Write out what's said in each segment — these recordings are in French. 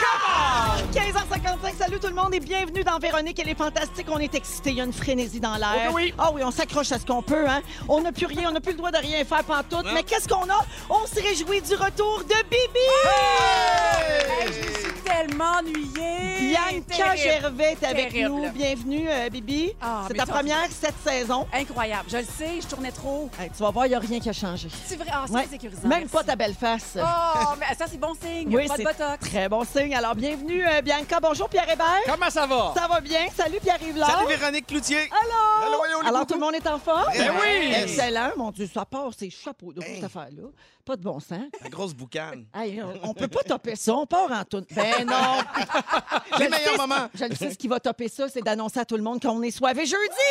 Come on! 15h55, salut tout le monde et bienvenue dans Véronique. Elle est fantastique, on est excités, il y a une frénésie dans l'air. Oh que oui. Ah oui, on s'accroche à ce qu'on peut. Hein? On n'a plus rien, on n'a plus le droit de rien faire pantoute. Mais qu'est-ce qu'on a? On se réjouit du retour de Bibi! Hey, je me suis tellement ennuyée. Bianca Terrible. Gervais est avec Terrible. nous. Bienvenue, euh, Bibi. Ah, C'est mais ta t'as- première cette saison. Incroyable. Je le sais, je tournais trop. Hey, tu vas voir, il n'y a rien qui a changé. C'est vrai. Ah, c'est Ouais. sécurisant. Même pas merci. ta belle face. Oh, mais ça, c'est bon signe. Oui, pas de c'est botox. Très bon signe. Alors, bienvenue, euh, Bianca. Bonjour, Pierre Hébert. Comment ça va? Ça Ah! va bien? Salut, Pierre-Yves Laure. Salut Véronique Cloutier. Allô? Allô, allô, les Alors, coucous. tout le monde est en forme? Eh oui! Eh. Excellent. Mon Dieu, ça part ces chapeaux de cette Hey. affaire-là. Pas de bon sens. La grosse boucane. Hey, on, on peut pas topper ça. On part en tout. Ben non! Je Les le meilleurs sais- moments. Je le sais, ce qui va topper ça, c'est d'annoncer à tout le monde qu'on est soivé jeudi!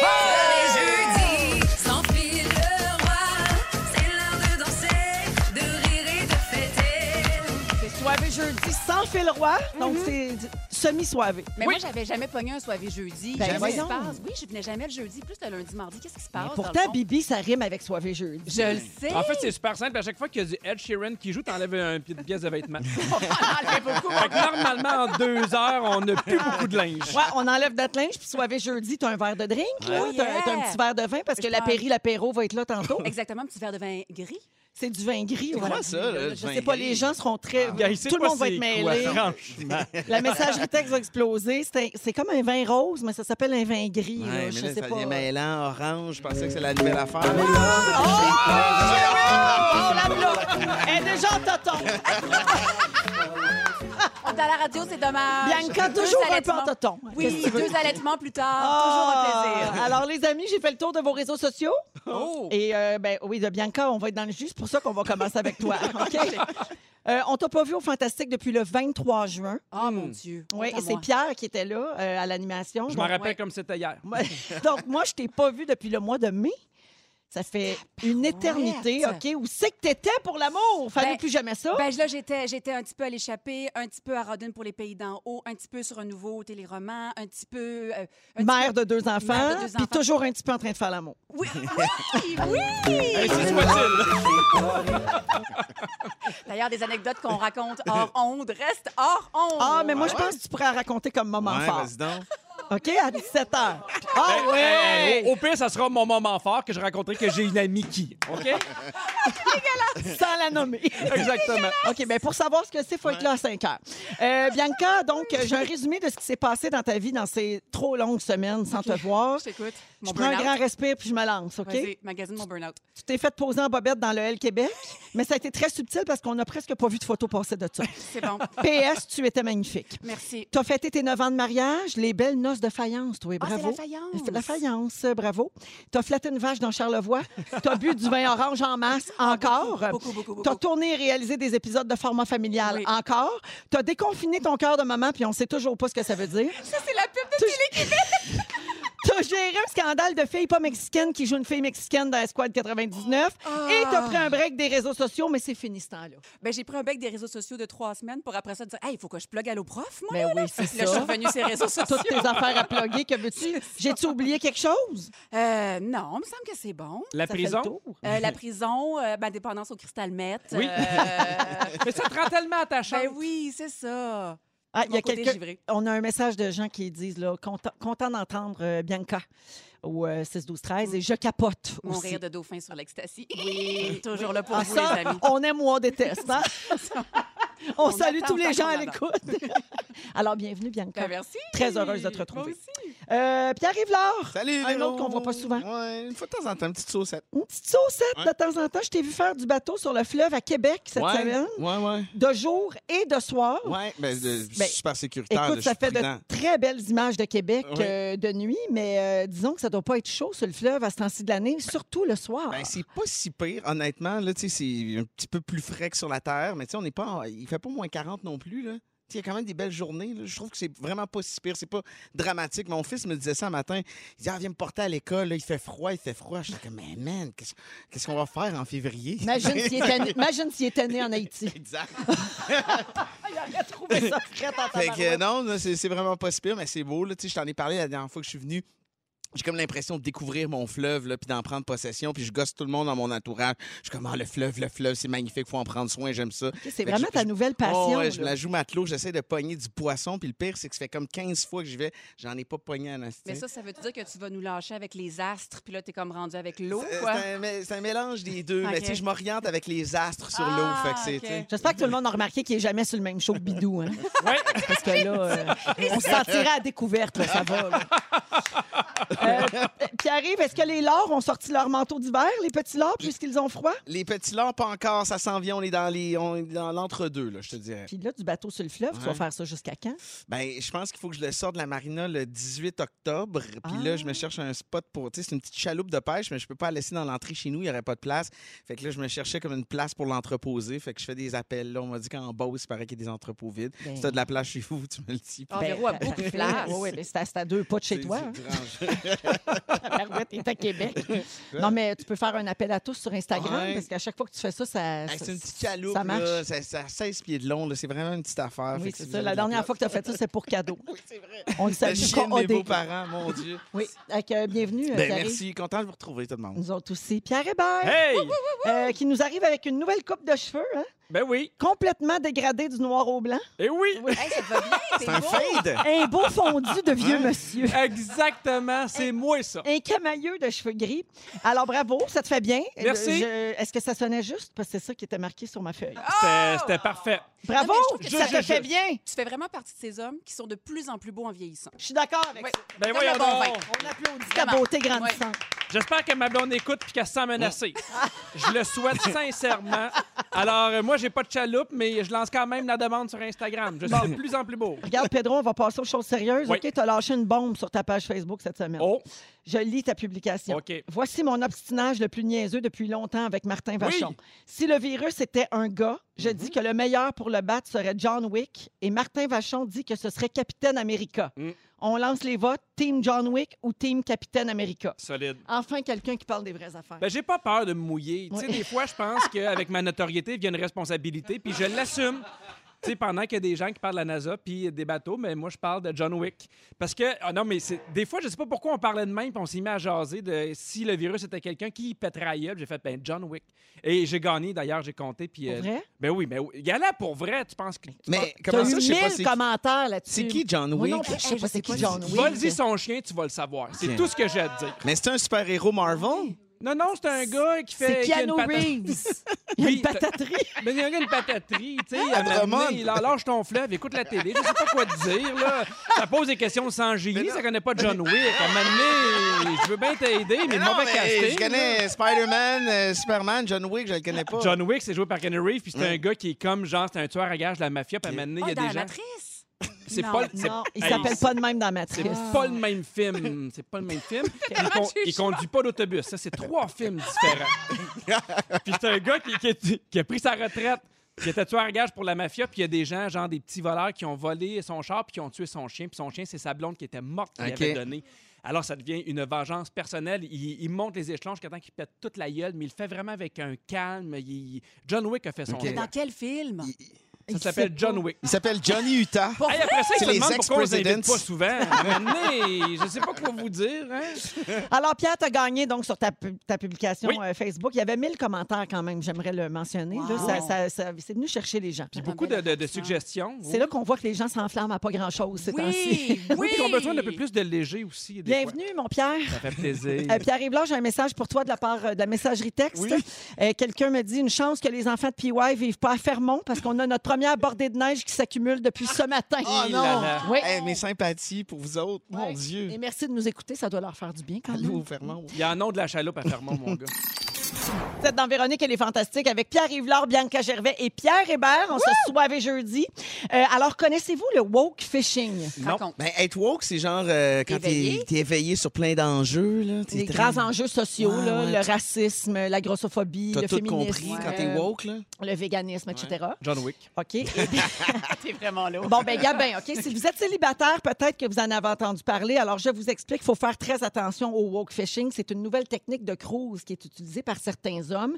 Jeudi, s'enfile le roi, c'est l'heure de danser, de rire et de fêter. C'est soivé jeudi sans fil roi. Donc, Mm-hmm. c'est semi-soivé. Mais moi, j'avais jamais pogné un soirée jeudi. Ben, Qu'est-ce qui voyons. se passe? Oui, je venais jamais le jeudi, plus le lundi, mardi. Qu'est-ce qui se passe? Mais dans le Pourtant, fond? Bibi, ça rime avec soivé jeudi. Je le sais. En fait, c'est super simple. À chaque fois qu'il y a du Ed Sheeran qui joue, t'enlèves un pied de pièce de vêtement. on enlève beaucoup. Fait que normalement, en deux heures, on n'a plus beaucoup de linge. Ouais, on enlève notre linge, puis soivé jeudi, t'as un verre de drink, là, Ouais. t'as un- t'as un petit verre de vin, parce que Oh, Je l'apéri, l'apéro va être là tantôt. Exactement, un petit verre de vin gris. C'est du vin gris. Comment voilà. ça, Je là, du Ben, sais vin pas, gris? les gens seront très. Gars, Ah. Ben, il sait Tout le pas monde va c'est être quoi, mêlé. franchement. La messagerie texte va exploser. C'est un- C'est comme un vin rose, mais ça s'appelle un vin gris. là. Ouais, mais je là, sais ça pas. devient mêlant, orange. Je pensais que c'était la nouvelle affaire. Oh, la bloque! Elle est déjà en toton. On est à la radio, c'est dommage. Bianca, Deux toujours un peu allaitements. en toton. Oui, Qu'est-ce que tu veux? deux allaitements plus tard. Ah! Toujours un plaisir. Alors, les amis, j'ai fait le tour de vos réseaux sociaux. Oh! Et, euh, ben oui, de Bianca, on va être dans le jus. C'est pour ça qu'on va commencer avec toi. OK? Euh, on t'a pas vu au Fantastique depuis le 23 juin. Oh mon Dieu. Oui, Autant et c'est moi. Pierre qui était là euh, à l'animation. Je Donc, m'en rappelle Ouais. comme c'était hier. Moi- Donc, moi, je t'ai pas vu depuis le mois de mai. Ça fait une éternité, OK? Où c'est que t'étais pour l'amour? Fallait Ben, plus jamais ça. Ben, je- là, j'étais, j'étais un petit peu à l'échappée, un petit peu à Rodin pour les pays d'en haut, un petit peu sur un nouveau téléroman, un petit peu. euh, un Mère petit peu- de deux enfants, Mère de deux puis enfants. Oh, toujours un petit peu en train de faire l'amour. Oui, oui, oui! Ainsi soit-il. D'ailleurs, des anecdotes qu'on raconte hors onde restent hors onde. Ah, mais moi, ouais. je pense que tu pourrais en raconter comme moment Ouais, fort. vas-y donc. OK? À 17 h. Ah Ben, ouais! hey, au, au pire, ça sera mon moment fort que je raconterai que j'ai une amie qui. OK? Sans la nommer. Exactement. OK, bien, pour savoir ce que c'est, il faut être là à 5 heures. Euh, Bianca, donc, j'ai un résumé de ce qui s'est passé dans ta vie dans ces trop longues semaines sans te voir. Je t'écoute. Je Mon prends un burn-out. grand respire puis je me lance, OK? Vas-y, magazine mon burn-out. Tu t'es fait poser en bobette dans le L Québec, mais ça a été très subtil parce qu'on n'a presque pas vu de photos passer de ça. C'est bon. PS, tu étais magnifique. Merci. T'as fêté tes 9 ans de mariage, les belles noces de faïence, toi, Ah, c'est bravo. la faïence. La faïence, bravo. T'as flatté une vache dans Charlevoix. T'as bu du vin orange en masse, encore. Ah, beaucoup, beaucoup, beaucoup. T'as tourné et réalisé des épisodes de format familial, Oui. encore. T'as déconfiné ton cœur de maman, puis on sait toujours pas ce que ça veut dire. Ça, c'est la pub de T'as- T'as géré un scandale de filles pas mexicaines qui jouent une fille mexicaine dans la Squad 99 et Ah. t'as pris un break des réseaux sociaux, mais c'est fini ce temps-là. Ben, j'ai pris un bec des réseaux sociaux de trois semaines pour après ça dire Hey, il faut que je plug à l'eau prof, moi. Ben là, là. oui, c'est Là, je ça. suis revenue sur les réseaux sociaux. Toutes tes affaires à plugger, que veux-tu? J'ai-tu oublié quelque chose? Euh, non, il me semble que c'est bon. La Ça fait le prison. tour. Euh, la prison, euh, ma dépendance au cristal met. Oui. Mais ça te rend tellement attachant. ben oui, c'est ça. Ah, il y a Mon côté quelqu'un- givré. On a un message de gens qui disent là, content, content d'entendre euh, Bianca au euh, 6 12 13 et je capote Mm. Mon aussi. rire de dauphin sur l'ecstasy. Oui, toujours là pour Ah, vous, ça, les amis. on aime ou on déteste. hein? on, On salue attend tous les tant gens à qu'on l'écoute. Alors bienvenue Bianca. Ben, merci. Très heureuse de te retrouver. Moi aussi. Euh, Pierre Yves-Laure. Salut, Un Véro. autre qu'on voit pas souvent. Ouais, une fois de temps en temps, une petite saucette. Une petite saucette Ouais. de temps en temps. Je t'ai vu faire du bateau sur le fleuve à Québec cette ouais. semaine, Ouais, ouais. de jour et de soir. Ouais, ben, de- Ben, super sécuritaire. Écoute, là, ça je suis fait de prudent. très belles images de Québec Oui. euh, de nuit, mais euh, disons que ça doit pas être chaud sur le fleuve à ce temps-ci de l'année, surtout le soir. Ben, c'est pas si pire, honnêtement. Là, tu sais, c'est un petit peu plus frais que sur la Terre, mais tu sais, on n'est pas. en- Il fait pas moins 40 non plus, là. Tu sais, Il y a quand même des belles journées. là. Je trouve que c'est vraiment pas si pire. C'est pas dramatique. Mon fils me disait ça un matin. Il dit Ah, viens me porter à l'école. là, Il fait froid, il fait froid. Je suis comme Mais man, qu'est-ce qu'est-ce qu'on va faire en février? Imagine s'il était, né- imagine s'il était né en Haïti. Exact. Il aurait trouvé ça frais en Fait tabarouette. que euh, non, là, c'est c'est vraiment pas si pire, mais c'est beau. Là. Tu sais, Je t'en ai parlé la dernière fois que je suis venu. J'ai comme l'impression de découvrir mon fleuve, là, puis d'en prendre possession, puis je gosse tout le monde dans mon entourage. Je suis comme, ah, le fleuve, le fleuve, c'est magnifique, faut en prendre soin, j'aime ça. C'est Fait que vraiment je- ta je- nouvelle passion. Oh, ouais, je me là. la joue matelot, j'essaie de pogner du poisson, puis le pire, c'est que ça fait comme 15 fois que j'y vais, j'en ai pas pogné un asti. Mais ça, ça veut dire que tu vas nous lâcher avec les astres, puis là, t'es comme rendu avec l'eau, Euh, C'est- quoi? c'est un mé- c'est un, mélange des deux, mais Ok. tu sais, je m'oriente avec les astres sur Ah, l'eau, fait que c'est, ok. tu sais. J'espère que tout le monde a remarqué qu'il n'est jamais sur le même show que Bidou. Hein? Ouais. Parce que là, euh, on se sentira à découverte, là, ça va. là. Euh, Pierre-Yves, est-ce que les lords ont sorti leur manteau d'hiver, les petits lords, puisqu'ils ont froid? Les petits lords, pas encore, ça s'en vient, on est dans les, on est dans l'entre-deux, là, je te dirais. Puis là, du bateau sur le fleuve, tu vas Ouais. faire ça jusqu'à quand? Ben, je pense qu'il faut que je le sorte de la marina le 18 octobre. Puis là, Ah! je me cherche un spot pour. Tu sais, c'est une petite chaloupe de pêche, mais je peux pas la laisser dans l'entrée chez nous. Il n'y aurait pas de place. Fait que là, je me cherchais comme une place pour l'entreposer. Fait que je fais des appels. Là, on m'a dit qu'en Beauce, il paraît qu'il y a des entrepôts vides. Ben. Si t'as de la place chez vous, tu me le dis. Ah, Véro a Ben, beaucoup de parfait. place. Oui, oui, mais c'est à, c'est à deux pas de chez C'est toi. du hein. grand- Tabarouette, t'es à Québec. Non, mais tu peux faire un appel à tous sur Instagram, Ouais. parce qu'à chaque fois que tu fais ça, ça. Hey, ça- c'est une petite chaloupe, Ça marche. là. Ça, ça a 16 pieds de long, là. C'est vraiment une petite affaire. Oui, Fait que c'est si ça. vous La avez de la dernière place- fois que tu as fait ça, c'est pour cadeau. Oui, c'est vrai. On le Le salue. chien de mes KOD. beaux-parents, mon Dieu. Oui, avec, euh, bienvenue. euh, Ben, Pierre-Yves. merci. Content de vous retrouver, tout le monde. Nous autres aussi. Pierre Hébert, Hey! euh, qui nous arrive avec une nouvelle coupe de cheveux, hein, Ben oui. complètement dégradée du noir au blanc. Et oui. Hey, ça te va bien, t'es C'est Ah un beau. fade. Un beau fondu de vieux Hein? monsieur. Exactement. C'est moi, ça. Un camailleux de cheveux gris. Alors, bravo, ça te fait bien. Euh, Merci. Je- Est-ce que ça sonnait juste? Parce que c'est ça qui était marqué sur ma feuille. Oh! C'était- C'était parfait. Bravo, Non, Ah, mais je trouve que ça ça- te fait bien. Tu fais vraiment partie de ces hommes qui sont de plus en plus beaux en vieillissant. Je suis d'accord avec Ouais. ça. Ben Comme le voyons bon donc. vin. On applaudit ta beauté grandissante. J'espère que ma blonde écoute puis qu'elle se sent menacée. Je le souhaite sincèrement. Alors, euh, moi, j'ai pas de chaloupe, mais je lance quand même la demande sur Instagram. Je suis de plus en plus beau. Regarde, Pedro, on va passer aux choses sérieuses. Oui. OK, t'as lâché une bombe sur ta page Facebook cette semaine. Oh, Je lis ta publication. OK. Voici mon obstinage le plus niaiseux depuis longtemps avec Martin Vachon. Si le virus était un gars, je Mhm. dis que le meilleur pour le battre serait John Wick et Martin Vachon dit que ce serait Capitaine America. Mm. On lance les votes, Team John Wick ou Team Capitaine America. solide. Enfin, quelqu'un qui parle des vraies affaires. Ben, j'ai pas peur de me mouiller. Tu sais, Oui. des fois, je pense qu'avec ma notoriété vient une responsabilité, puis je l'assume. Tu sais, pendant qu'il y a des gens qui parlent de la NASA puis des bateaux, mais moi, je parle de John Wick. Parce que, ah non, mais c'est- des fois, je sais pas pourquoi on parlait de même, puis on s'est mis à jaser de si le virus était quelqu'un qui pèterait la gueule. J'ai fait, ben, John Wick. Et j'ai gagné, d'ailleurs, j'ai compté. Puis, Pour euh, vrai? Ben oui, ben oui. Il y a là pour vrai, tu penses que. tu penses- Mais T'as comment ça, eu je sais pas mille c'est commentaires là-dessus. C'est qui John Moi Wick? non plus, je sais Hey, pas je c'est sais qui pas John c'est qui. Wick. Vas-y son chien, tu vas le savoir. C'est Ok. tout ce que j'ai à te dire. Mais c'est un super-héros Marvel? Non, non, c'est un gars qui fait. C'est qui a une Keanu patate- Reeves. Il y a Oui, une pataterie. Mais il y a une pataterie, tu sais. à un Drummond. moment donné, Il en lâche ton fleuve, écoute la télé, je sais pas quoi te dire, là. Ça pose des questions sans génie, ça connaît pas John Wick. À un moment donné, je veux bien t'aider, mais, non, mauvais mais casting. Je connais Spider-man, euh, Superman, John Wick, je le connais pas. John Wick, c'est joué par Kenny Reeves, puis c'est un gars qui est comme, genre, c'est un tueur à gages de la mafia, puis à un moment donné, Oh, il y a dans des la gens... matrice! C'est Non. pas... le- c'est- Non, il Hey, s'appelle pas de même dans Matrice. C'est pas le même film. C'est pas le même film. Il, con- il conduit pas d'autobus. Ça, c'est trois films différents. puis c'est un gars qui, qui est- qui a pris sa retraite, qui était tueur à gage pour la mafia, puis il y a des gens, genre des petits voleurs, qui ont volé son char, puis qui ont tué son chien. Puis son chien, c'est sa blonde qui était morte qu'il OK. avait donnée. Alors, ça devient une vengeance personnelle. Il, il monte les échelons jusqu'à temps qu'il pète toute la gueule, mais il le fait vraiment avec un calme. Il- John Wick a fait son OK. choix. Dans quel film? Ça s'appelle John Wick. Il s'appelle Johnny Utah. Hey, après ça, C'est il se les demande pourquoi on les invite ex-presidents. pas souvent. À un moment donné, je sais pas quoi vous dire. Hein? Alors, Pierre, tu as gagné donc, sur ta, pu- ta publication Oui. euh, Facebook. Il y avait 1000 commentaires quand même, j'aimerais le mentionner. là. Wow. Ça- ça- ça- c'est venu chercher les gens. Puis beaucoup de, de- de suggestions. C'est là qu'on voit que les gens s'enflamment à pas grand-chose ces temps-ci. Oui, oui! Oui, puis qu'on a besoin d'un peu plus de léger aussi. des fois. Bienvenue, mon Pierre. Ça fait plaisir. Euh, Pierre Héblanc, j'ai un message pour toi de la part euh, de la messagerie texte. Oui. Euh, Quelqu'un me dit une chance que les enfants de PY vivent pas à Fermont parce qu'on a notre première bordée de neige qui s'accumule depuis ce matin. Oh Ah, là non! là. Oui. Hey, mes sympathies pour vous autres. Mon Ouais. Dieu. Et merci de nous écouter, ça doit leur faire du bien quand Allô, même. Fermont. Il y en a de la chaloupe à Fermont, mon gars. Vous êtes dans Véronique, elle est fantastique avec Pierre Yvelard, Bianca Gervais et Pierre Hébert. On se soivait jeudi. Euh, alors, connaissez-vous le woke phishing? Non. Raconte. Ben, être woke, c'est genre euh, quand t'es Éveillé. t'es éveillé sur plein d'enjeux. là. T'es Les très- grands enjeux sociaux, Ouais, là, ouais, le tu- racisme, la grossophobie, T'as le tout féminisme, compris quand t'es euh, woke, là? le véganisme, etc. John Wick. OK? Et bien- Bon, ben Gabin, OK? Si vous êtes célibataire, peut-être que vous en avez entendu parler. Alors, je vous explique, il faut faire très attention au woke phishing. C'est une nouvelle technique de cruise qui est utilisée par certains hommes.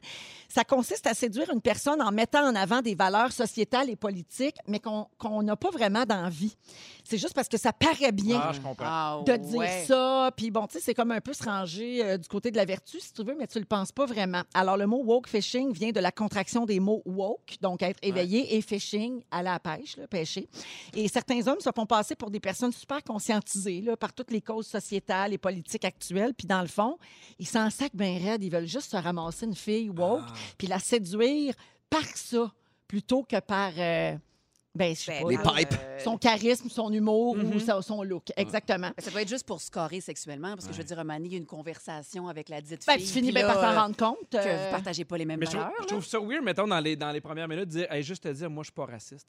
Ça consiste à séduire une personne en mettant en avant des valeurs sociétales et politiques, mais qu'on qu'on n'a pas vraiment d'envie. C'est juste parce que ça paraît bien Ah, je comprends. Ah, de dire ouais. ça. Puis bon, tu sais, c'est comme un peu se ranger euh, du côté de la vertu, si tu veux, mais tu le penses pas vraiment. Alors, le mot woke fishing vient de la contraction des mots woke, donc être éveillé, et fishing, aller à la pêche, là, pêcher. Et certains hommes se font passer pour des personnes super conscientisées là, par toutes les causes sociétales et politiques actuelles. Puis dans le fond, ils s'en sacent bien raide. Ils veulent juste se ramasser une fille Ah. woke, puis la séduire par ça, plutôt que par... euh, ben, je sais Ben, Mm-hmm. pas, Les là, euh, pipes. son charisme, son humour ou sa- son look. Exactement. ben, Ça doit être juste pour scorer sexuellement, parce que je veux dire, Romani, il y a une conversation avec la dite Ben, fille. tu finis puis bien là, par t'en euh, rendre compte. Que euh, vous partagez pas les mêmes Mais je trouve, valeurs. je trouve ça weird, mettons, dans les, dans les premières minutes, de dire hey, juste te dire, moi, je suis pas raciste.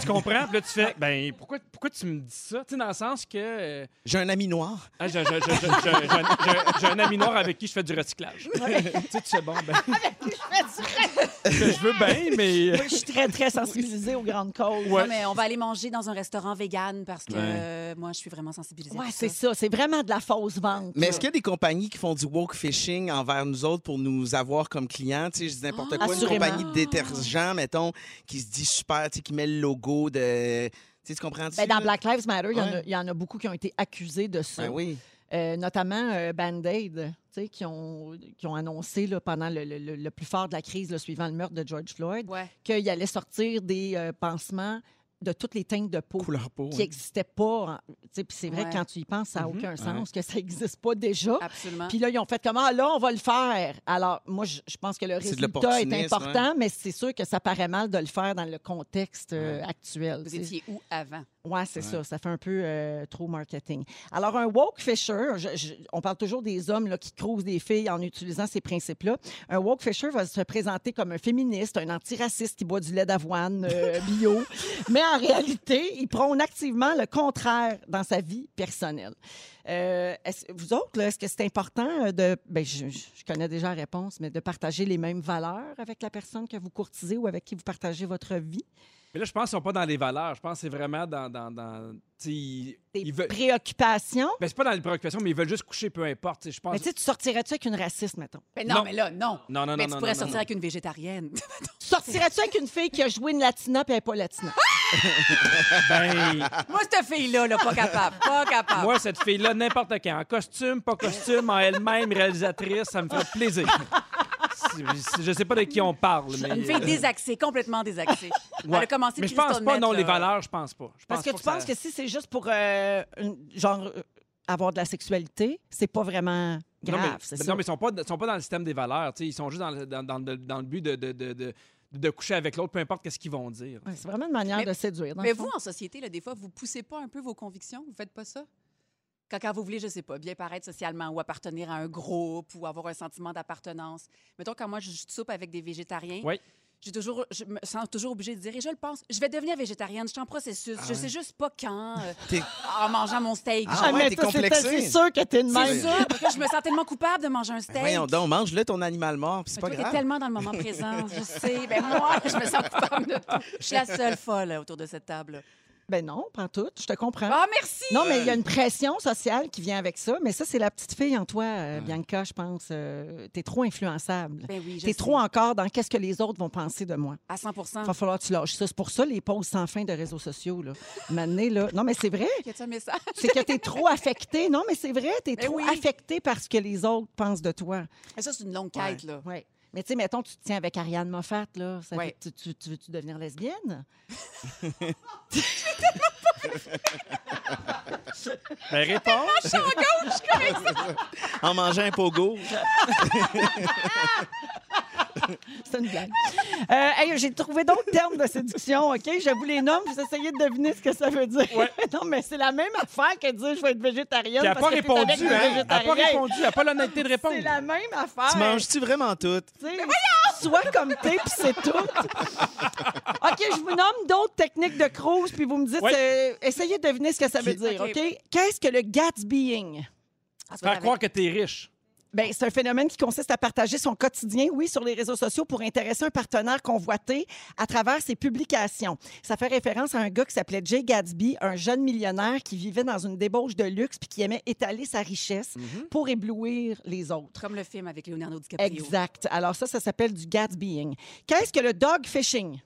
tu comprends? Puis là, tu fais ben, pourquoi, pourquoi tu me dis ça? Tu sais, dans le sens que. euh, J'ai un ami noir. ah, j'ai- j'ai- j'ai- j'ai- j'ai- j'ai- j'ai un ami noir avec qui je fais du recyclage. tu sais, tu fais bon, ben. je veux bien, mais. je suis très, très sensibilisée aux grandes causes. Non, mais on va aller manger dans un restaurant vegan parce que euh, moi, je suis vraiment sensibilisée. à Ouais, tout c'est ça. C'est vraiment de la fausse vente. Mais là. est-ce qu'il y a des compagnies qui font du woke phishing envers nous autres pour nous avoir comme clients? Tu sais, je dis n'importe quoi. Ah, Assurément. Une compagnie de détergents, mettons, qui se dit super, tu sais, qui met le logo de. Tu sais, tu comprends? Ben, dans Black Lives Matter, il y en a- Ouais. il y, en a beaucoup qui ont été accusés de ça. Ben oui. Euh, notamment euh, Band-Aid, tu sais, qui ont, qui ont annoncé là, pendant le, le- le- le plus fort de la crise, là, suivant le meurtre de George Floyd, Ouais. qu'il allait sortir des euh, pansements de toutes les teintes de peau. Couleur peau. qui n'existaient pas. en- tu sais, Puis c'est vrai Ouais. que quand tu y penses, ça n'a Mm-hmm. aucun sens que ça n'existe pas déjà. Absolument. Oh, Puis là, ils ont fait comment? là, on va le faire. Alors, moi, je, je pense que le C'est de résultat est, l'opportunisme, important, mais c'est sûr que ça paraît mal de le faire dans le contexte euh, actuel. tu Vous sais. étiez où avant? Ouais, c'est ça. Ça fait un peu euh, trop marketing. Alors, un woke fisher, je- je- on parle toujours des hommes là, qui crousent des filles en utilisant ces principes-là. Un woke fisher va se présenter comme un féministe, un antiraciste qui boit du lait d'avoine euh, bio. Mais en réalité, il prône activement le contraire dans sa vie personnelle. Euh, est-ce- vous autres, là, est-ce que c'est important euh, de. Ben, je, je connais déjà la réponse, mais de partager les mêmes valeurs avec la personne que vous courtisez ou avec qui vous partagez votre vie? Mais là, je pense qu'ils sont pas dans les valeurs. Je pense que c'est vraiment dans. dans, dans tu sais, ils, Des ils veulent. préoccupations? Ben, c'est pas dans les préoccupations, mais ils veulent juste coucher, peu importe. tu sais, Je pense. Mais tu sais, ben, tu sortirais-tu avec une raciste, mettons? Mais non, Non. mais là, non. Non, non, mais non, tu non, pourrais non, sortir non. avec une végétarienne. Tu sortirais-tu avec une fille qui a joué une latina puis elle n'est pas latina? Ah! Ben, moi, cette fille-là, là, pas capable. Pas Ah. capable. Moi, cette fille-là, n'importe quand, en costume, pas costume, en elle-même, réalisatrice, ça me ferait plaisir. C'est- Je sais pas de qui on parle, mais. Une fille désaxée, complètement désaxée. Ouais. Elle a commencé mais de je pense Crystal pas, Meth, non, les là. valeurs, je pense pas. Je Parce pense que pas tu penses que ça- si c'est juste pour, euh, une- genre, euh, avoir de la sexualité, c'est pas vraiment Non, mais, ben grave, c'est ça? non, mais ils sont pas, ils sont pas dans le système des valeurs. tu sais, Ils sont juste dans le, dans, dans le- dans le but de, de, de, de- de coucher avec l'autre, peu importe ce qu'ils vont dire. Ouais, c'est vraiment une manière Mais- de séduire. dans Mais le fond. vous, en société, là, des fois, vous poussez pas un peu vos convictions? Vous faites pas ça? Quand, quand vous voulez, je sais pas, bien paraître socialement ou appartenir à un groupe ou avoir un sentiment d'appartenance. Mettons, quand moi, je, je soupe avec des végétariens, Oui. j'ai toujours, je me sens toujours obligée de dire, et je le pense, je vais devenir végétarienne, je suis en processus, je sais juste pas quand, euh, Ah T'es- en mangeant mon steak. Ah, Ah, ouais, mais t'es toi, c'est- complexé. c'est sûr que t'es de C'est même. ça, parce que je me sens tellement coupable de manger un steak. Ben, voyons donc, mange-le ton animal mort, puis c'est Mais Ben, toi, pas t'es grave. tellement dans le moment présent, je sais. Ben moi, je me sens coupable de tout. Je suis la seule folle euh, autour de cette table. Ben non, pas tout, je te comprends. Ah, merci! Non, mais il y a une pression sociale qui vient avec ça. Mais ça, c'est la petite fille en toi, euh, Bianca, je pense. euh, t'es trop influençable. Ben oui, je t'es sais. trop encore dans qu'est-ce que les autres vont penser de moi. À 100 va falloir que tu lâches ça. C'est pour ça les pauses sans fin de réseaux sociaux. Là. Maintenant, là. Non, mais c'est vrai. Y a-tu un message? C'est que t'es trop affecté. Non, mais c'est vrai. T'es Mais trop Ben oui. affecté par ce que les autres pensent de toi. Mais ça, c'est une longue quête, là. Oui. Mais tu sais, mettons, tu te tiens avec Ariane Moffat, là. Ça Ouais. fait- tu, tu- tu veux-tu devenir lesbienne? Ben, réponse! En mangeant un pogo. C'est une blague. Euh, hey, J'ai trouvé d'autres termes de séduction, OK? Je vous les nomme, vous essayez de deviner ce que ça veut dire. Ouais. non, mais c'est la même affaire que dire je vais être végétarienne. Puis elle n'a parce pas que t'es avec répondu, des hein? Elle n'a pas végétariens. répondu, elle n'a pas l'honnêteté de répondre. C'est la même affaire. Tu manges-tu vraiment tout? Tu sais, Sois comme t'es, puis c'est tout. OK, je vous nomme d'autres techniques de cruise, puis vous me dites, Ouais. euh, essayez de deviner ce que ça veut dire, OK? OK. Qu'est-ce que le Gatsbying? Faire croire que t'es Ah, riche. Ben, c'est un phénomène qui consiste à partager son quotidien, oui, sur les réseaux sociaux pour intéresser un partenaire convoité à travers ses publications. Ça fait référence à un gars qui s'appelait Jay Gatsby, un jeune millionnaire qui vivait dans une débauche de luxe puis qui aimait étaler sa richesse pour éblouir les autres. Comme le film avec Leonardo DiCaprio. Exact. Alors ça, ça s'appelle du Gatsbying. Qu'est-ce que le dog fishing?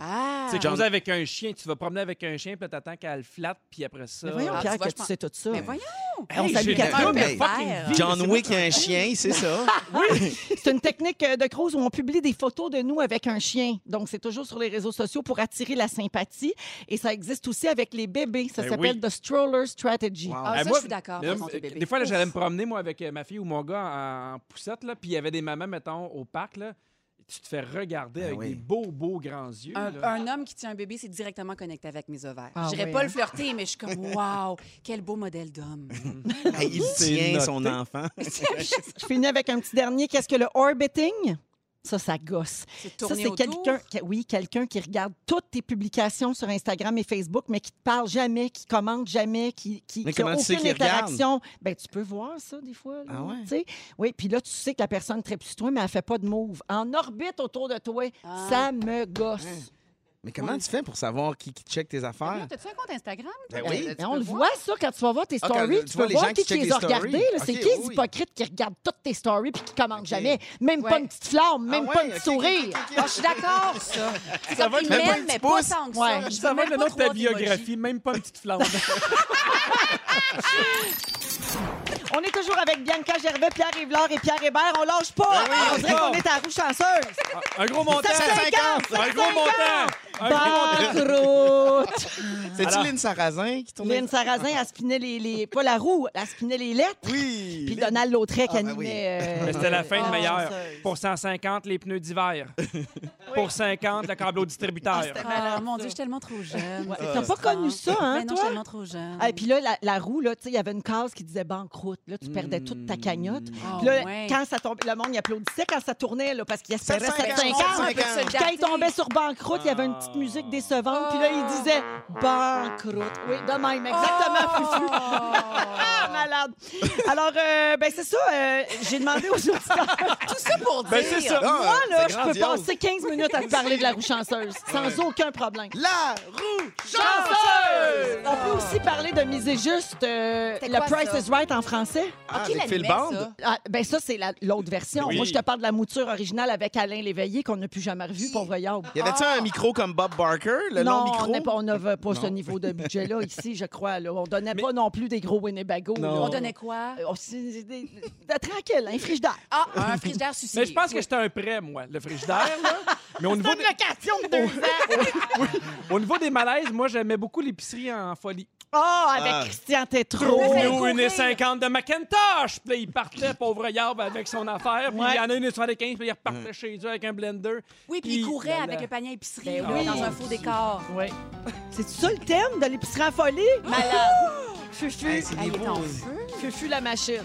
Ah! C'est chose avec un chien. Tu vas promener avec un chien, puis t'attends qu'elle flatte, puis après ça. Euh, Mais voyons, Ah, tu Pierre, vois, que je tu pense- sais tout ça. Mais voyons! On Hey, salue j'ai Catherine deux, Ah, mais Pépère. fucking vie, John mais c'est Wick moi- a un chien, c'est ça. Ah. C'est une technique euh, de cruise où on publie des photos de nous avec un chien. Donc, c'est toujours sur les réseaux sociaux pour attirer la sympathie. Et ça existe aussi avec les bébés. Ça Ben s'appelle oui. The Stroller Strategy. Wow. Ah, Ah, ça, moi, je suis d'accord. mais là, par contre, les euh, bébés. Des fois, là, Ouf. j'allais me promener, moi, avec euh, ma fille ou mon gars en, en poussette, là, puis il y avait des mamans, mettons, au parc, là. Tu te fais regarder avec oui. des beaux, beaux grands yeux. Ben Un, là. un homme qui tient un bébé, c'est directement connecté avec mes ovaires. Ah Je J'irais oui, pas hein? le flirter, mais je suis comme, waouh, quel beau modèle d'homme. Hey, il C'est tient noté. son enfant. Je finis avec un petit dernier. Qu'est-ce que le orbiting? Ça, ça gosse. C'est Ça, tourné c'est autour. quelqu'un, que- oui, quelqu'un qui regarde toutes tes publications sur Instagram et Facebook, mais qui te parle jamais, qui commente jamais, qui, qui, Mais qui a comment aucune tu sais qu'il regarde? interaction. Ben, tu peux voir ça des fois. là, Ah ouais? tu sais. Oui, puis là, tu sais que la personne très plus toi, mais elle fait pas de move. En orbite autour de toi, Ah. ça me gosse. Mais comment tu fais pour savoir qui, qui check tes Manon, affaires? T'as-tu un compte Instagram? toi? Ben oui. Tu Mais peux on le voir? voit, ça, quand tu vas voir tes Ah, quand stories. tu tu vois peux les gens voir qui qui, qui checkent les les a stories. regardés. là. C'est OK, qui les oui. hypocrites qui regardent toutes tes stories puis qui commentent OK. jamais? Même pas Ouais. une petite flamme, même Ah pas ouais, un petit OK, OK, sourire. OK, OK. Ah, je suis d'accord, ça. C'est comme il même pas m'aime, un mais petit pas pouce. tant que Ouais. ça. Je Ça veux va même le pas nom de ta trois emojis. biographie, même pas une petite flamme. On est toujours avec Bianca Gervais, Pierre Yvelard et Pierre Hébert. On lâche pas. Ben oui, on dirait bon. qu'on est à la roue chanceuse. un gros montant. 750, Un gros montant. Un gros montant. Banqueroute. C'est-tu Alors- Lynn Sarrazin qui tournait? Lynn Sarrazin, elle spinait les, les- Pas la roue, elle spinait les lettres. Oui! Puis Donald Lautrec Ah, ben animait... euh, Mais c'était la fin Ah, de meilleure. chanceuse. Pour 150, les pneus d'hiver. Pour 50, le câble au distributeur. Ah, mon Dieu, je suis tellement trop jeune. T'as pas connu ça, hein, Mais Ah. Ben non, je toi? suis tellement trop jeune. Ah, et puis là, la, la roue, là, tu sais, il y avait une case qui disait banqueroute. Là, Hmm. tu perdais toute ta cagnotte. Ah, Puis là, ouais. quand ça tombait, le monde il applaudissait quand ça tournait, là, parce qu'il espérait 750. 750. peut se le Puis Quand il garder. tombait sur banqueroute, il y avait une petite musique décevante. Puis là, il disait banqueroute. Oui, de même, exactement. Fufu. Oh! Ah, malade. Alors, euh, ben c'est ça. euh, J'ai demandé aux auditeurs. Tout ça pour dire. Ben, c'est ça. Ah, Moi, là, c'est je peux grandiose. passer 15 minutes à te parler de la roue chanceuse, sans aucun problème. La roue Ah, Chanceuse! On peut aussi parler de miser juste euh, C'est le quoi, Price ça? is Right en français. Ah, Qui avec Phil l'animait, Bond? ça? Ah, ben ça, c'est la- l'autre version. Oui. Moi, je te parle de la mouture originale avec Alain Léveillé qu'on n'a plus jamais revu, pauvre Yob. Y avait-tu un micro comme Bob Barker, le Ah. non, long micro? on n'est pas- on n'avait pas ce Non. niveau de budget-là ici, je crois. Là. On donnait pas non plus des gros Winnebago. là. Non. On donnait quoi? Euh, on- c'est des- de- tranquille, un friche d'air. Ah, un frigidaire sucé. Mais je pense que j'étais un prêt, moi, le frigidaire. Là. Mais au niveau, des, location de deux ans. au niveau des malaises, moi, j'aimais beaucoup l'épicerie en folie. Ah, avec Ah. Christian Tétrault. Nous, Nous, courir. une et 50 de Macintosh! Puis là, il partait, pauvre Yarb, avec son affaire. Puis Ouais. il y en a une et 75, puis il repartait chez eux avec un blender. Oui, puis il courait Là, là. avec le panier à épicerie Ben oui. dans un faux décor. Oui. C'est ça le thème de l'épicerie en folie? Malade. Fufu. Hey, c'est Elle des est en beaux- feu. Fufu la machine.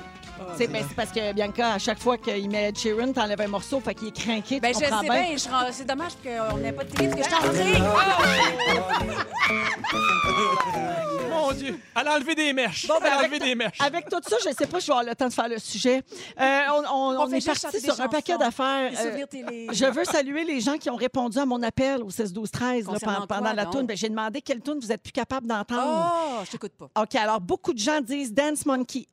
C'est ben, c'est parce que Bianca, à chaque fois qu'il met Ed Sheeran, t'enlèves un morceau, fait qu'il est craqué, tu Ben, je sais comprends bien. Ah, bien, je rends- c'est dommage qu'on n'ait pas de télé, parce que je t'en prie. Mon Dieu! Elle a enlevé des mèches! Bon, ben, elle a enlevé avec, des mèches! avec tout ça, je ne sais pas si je vais avoir le temps de faire le sujet. Euh, on on- on fait est juste parti chanter des sur un chansons, paquet d'affaires. des Euh, souvenirs télé. je veux saluer les gens qui ont répondu à mon appel au 16 12 13 là, Concernant pen- pendant quoi, la donc? toune. Ben, J'ai demandé quelle toune vous êtes plus capable d'entendre. Oh, je t'écoute pas. OK, alors beaucoup de gens disent Dance Monkey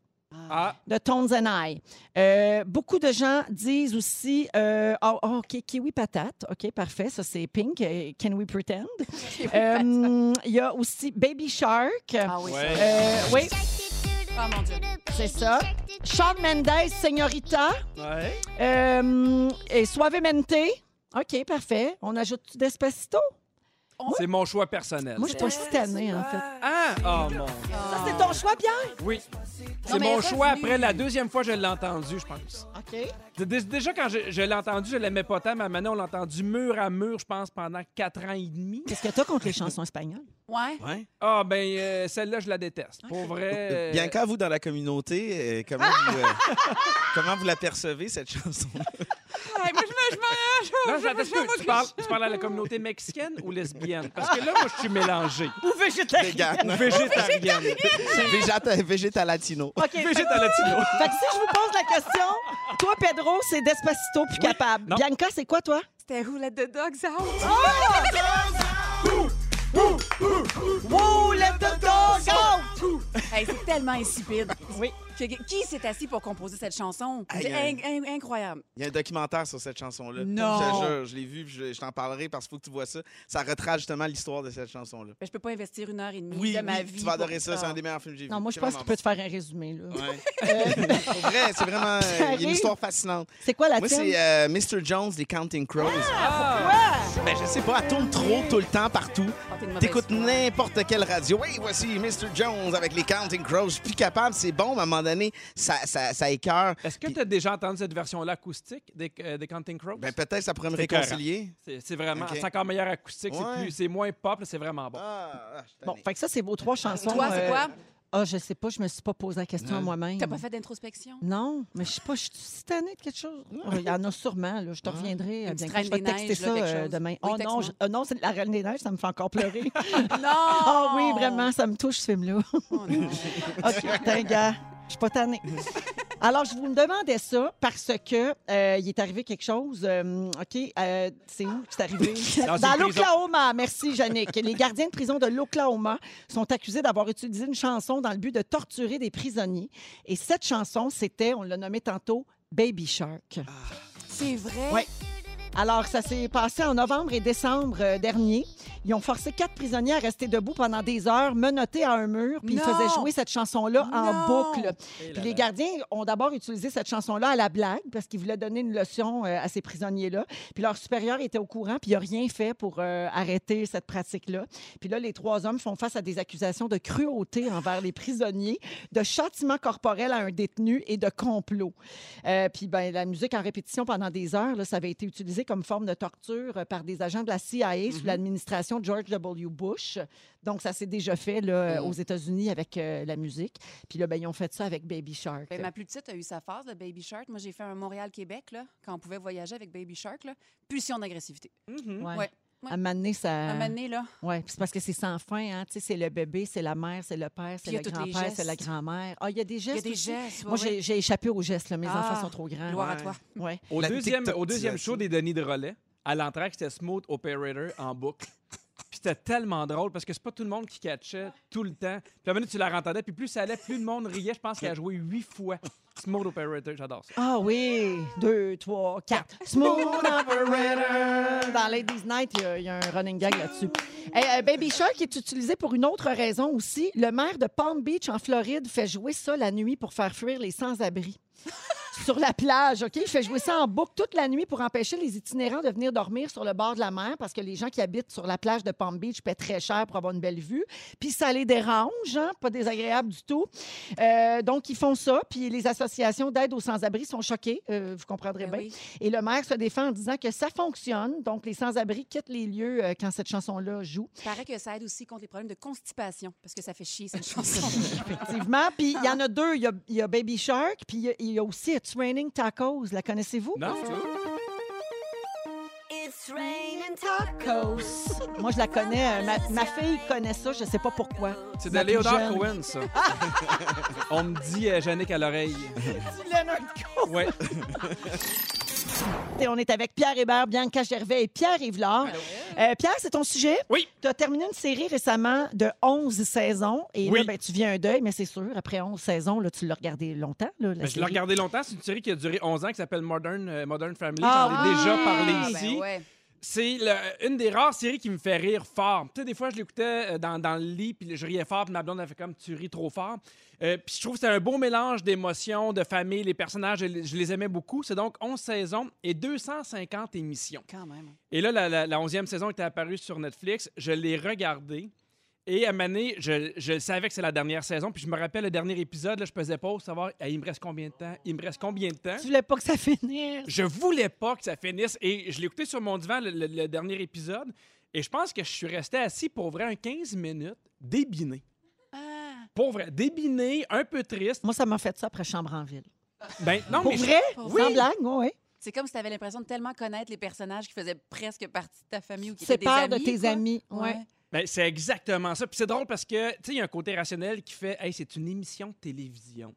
Ah, de Tones and I. Euh, beaucoup de gens disent aussi euh, oh, oh, OK, Kiwi Patate. OK, parfait. Ça, c'est Pink. Euh, Can we pretend? Euh, Il y a aussi Baby Shark. Ah oui, Ouais. ça. Euh, oui, Ah, mon Dieu. c'est ça. Shawn Mendes, Señorita. ouais. Euh, et Suavemente. OK, parfait. On ajoute Despacito? on- C'est mon choix personnel. Moi, je suis pas citanée, en fait. Ah! Oh mon Dieu. Ça, c'est ton choix, Pierre? Oui. C'est mais mon ça, choix c'est après la deuxième fois je l'ai entendu, je pense. OK. Dé- dé- Déjà, quand je, je l'ai entendu, je l'aimais pas tant, mais maintenant, on l'a entendu mur à mur, je pense, pendant quatre ans et demi. Qu'est-ce que t'as contre les chansons espagnoles? Ouais. Ouais. Ah, ben, euh, celle-là, je la déteste. Pour vrai. euh, Bien vous, dans la communauté, euh, comment, vous, euh, comment vous la percevez, cette chanson? Ah, Ouais, moi, je me- je me- je- Non, je- attends, je- tu, je- tu parles, tu parles à la communauté mexicaine ou lesbienne? Parce que là, moi, je suis mélangé. Ou végétarien? Vegan. Végétarienne. Végéta, végétalatino. OK. fait Végétal latino. que si je vous pose la question, toi, Pedro, c'est Despacito plus capable. Non. Bianca, c'est quoi, toi? C'était Who Let the Dogs Out. Wow, let the dogs out! Hey, c'est tellement insipide. Oui. Que- qui s'est assis pour composer cette chanson? Aïe, C'est aïe. in- in- incroyable. Il y a un documentaire sur cette chanson-là. Non. Je te jure, je l'ai vu, puis je, je t'en parlerai parce qu'il faut que tu vois ça. Ça retrace justement l'histoire de cette chanson-là. Ben, je peux pas investir une heure et demie Oui, de ma oui, vie. tu vas pour adorer ça, c'est un des meilleurs films que j'ai vu. Non, moi, je C'est pense qu'il peut vraiment te faire un résumé. Là. bon. Ouais. Pour vrai, c'est vraiment euh, il y a arrive. une histoire fascinante. C'est quoi la Moi, tienne? c'est euh, Mr. Jones des Counting Crows. Ah, Ben, je sais pas, elle tourne trop tout le temps partout. Ah, t'es une mauvaise T'écoutes foi. n'importe quelle radio. Oui, voici Mr. Jones avec les Counting Crows. Je suis plus capable, c'est bon, mais à un moment donné, ça, ça, ça écœure. Est-ce que tu as déjà entendu cette version-là acoustique des, euh, des Counting Crows? Ben, peut-être ça pourrait me C'est écœurant. réconcilier. c'est c'est vraiment, Ok. c'est encore meilleur acoustique, c'est Ouais. plus- c'est moins pop, là, c'est vraiment bon. Ah, ah, je suis Bon, tanné. fait que ça, c'est vos trois chansons. Toi, c'est euh, quoi? Ah, je sais pas, je me suis pas posé la question à moi-même. T'as pas fait d'introspection? Non, mais je sais pas, je suis citanée de quelque chose. Ah, Il y en a sûrement, là. Je te reviendrai. euh, Une petite Bianca. je vais Reine des texter Neiges, ça là, quelque euh, chose. demain. Oui, oh non, texte-moi. je- ah non, c'est de la Reine des Neiges, ça me fait encore pleurer. Non! Ah Oh! oui, vraiment, ça me touche ce film-là. Ah, Oh, non. OK, dingue. Je suis pas tannée. Alors, je vous me demandais ça parce que euh, il est arrivé quelque chose. euh, OK, euh, c'est où que c'est arrivé? Dans Dans, une prison. l'Oklahoma. Merci, Yannick. Les gardiens de prison de l'Oklahoma sont accusés d'avoir utilisé une chanson dans le but de torturer des prisonniers. Et cette chanson, c'était, on l'a nommée tantôt, Baby Shark. C'est vrai? Ouais. Alors, ça s'est passé en novembre et décembre euh, dernier. Ils ont forcé quatre prisonniers à rester debout pendant des heures, menottés à un mur, puis ils Non! faisaient jouer cette chanson-là en Non! boucle. Et Puis là, les là. gardiens ont d'abord utilisé cette chanson-là à la blague parce qu'ils voulaient donner une leçon euh, à ces prisonniers-là. Puis leur supérieur était au courant, puis il n'a rien fait pour euh, arrêter cette pratique-là. Puis là, les trois hommes font face à des accusations de cruauté envers les prisonniers, de châtiment corporel à un détenu et de complot. Euh, puis ben, la musique en répétition pendant des heures, là, ça avait été utilisé comme forme de torture euh, par des agents de la CIA Mhm. sous l'administration de George W. Bush. Donc, ça s'est déjà fait là, Mm. aux États-Unis avec euh, la musique. Puis là, ben, ils ont fait ça avec Baby Shark. Ben, ma plus petite a eu sa phase, le Baby Shark. Moi, j'ai fait un Montréal-Québec, là, quand on pouvait voyager avec Baby Shark, là. Pulsion d'agressivité. Mhm. Ouais. Ouais, ouais. À un moment donné, ça. À un moment donné, là, Ouais, puis c'est parce que c'est sans fin, hein. Tu sais, c'est le bébé, c'est la mère, c'est le père, c'est il y a le tous les grand-père, c'est la gestes. grand-mère. Ah, il y a des il gestes. y a des aussi. gestes. Moi, ouais, ouais. j'ai j'ai échappé aux gestes, là. Mes Ah, enfants sont trop grands. Gloire à Ouais. toi. Ouais. Au La deuxième, au deuxième TikTokisation. show des Denis de Relais, à l'entraque, c'était Smooth Operator en boucle. Puis c'était tellement drôle parce que c'est pas tout le monde qui catchait tout le temps. Puis la minute tu la rentendais, puis plus ça allait, plus le monde riait. Je pense qu'elle a joué huit fois Smooth Operator. J'adore ça. Ah oui! Deux, trois, quatre. Smooth operator! Dans Ladies Night, il y a- il y, a un running gag là-dessus. Hey, euh, Baby Shark est utilisé pour une autre raison aussi. Le maire de Palm Beach, en Floride, fait jouer ça la nuit pour faire fuir les sans-abri. sur la plage, OK? Il fait jouer ça en boucle toute la nuit pour empêcher les itinérants de venir dormir sur le bord de la mer parce que les gens qui habitent sur la plage de Palm Beach paient très cher pour avoir une belle vue. Puis ça les dérange, hein? Pas désagréable du tout. Euh, donc, ils font ça. Puis les associations d'aide aux sans-abri sont choquées, euh, vous comprendrez Ben bien. oui. Et le maire se défend en disant que ça fonctionne. Donc, les sans-abri quittent les lieux euh, quand cette chanson-là joue. Il paraît que ça aide aussi contre les problèmes de constipation, parce que ça fait chier, cette chanson. Effectivement. Puis il y en a deux. Il y a, il y a Baby Shark, puis il y a- il y, a aussi It's Raining Tacos. La connaissez-vous? Non? It's raining tacos. Moi, je la connais. Euh, Ma, ma fille connaît ça. Je ne sais pas pourquoi. C'est de Ma plus Léodore jeune. Cohen, ça. On me dit euh, Yannick à l'oreille. Leonard Cohen. Ouais. Et on est avec Pierre Hébert, Bianca Gervais et Pierre Yvelard. Euh, Pierre, c'est ton sujet? Oui. Tu as terminé une série récemment de 11 saisons. Et Oui. là, ben, tu viens un deuil, mais c'est sûr, après 11 saisons, là, tu l'as regardé longtemps. Là, la Ben, je l'ai série. regardé longtemps. C'est une série qui a duré 11 ans qui s'appelle Modern, euh, Modern Family. Ah J'en ai déjà oui! parlé Ah, ici. ben ouais. c'est le- une des rares séries qui me fait rire fort. Tu sais, des fois, je l'écoutais euh, dans, dans le lit, puis je riais fort, puis ma blonde, elle fait comme tu ris trop fort. Euh, puis je trouve que c'est un beau mélange d'émotions, de famille, les personnages, je, les- je les aimais beaucoup. C'est donc 11 saisons et 250 émissions. Quand même. Et là, la, la, la 11e saison était apparue sur Netflix. Je l'ai regardée. Et à Mané, je, je savais que c'est la dernière saison. Puis je me rappelle le dernier épisode, là, je faisais pause, savoir hey, il me reste combien de temps Il me reste combien de temps Tu voulais pas que ça finisse. Je voulais pas que ça finisse. Et je l'ai écouté sur mon divan, le, le- le dernier épisode. Et je pense que je suis resté assis pour vrai un 15 minutes, débiné. Ah, Pour vrai, débiné, un peu triste. Moi, ça m'a fait ça après Chambre en ville. Ben, non, Pour mais je- vrai? pauvre. Sans blague, oui. C'est comme si tu avais l'impression de tellement connaître les personnages qui faisaient presque partie de ta famille ou qui étaient des Sépare amis. de tes quoi. amis. Ouais. Ouais. Ben, c'est exactement ça. Puis c'est drôle parce que, tu sais, il y a un côté rationnel qui fait, hey, c'est une émission de télévision.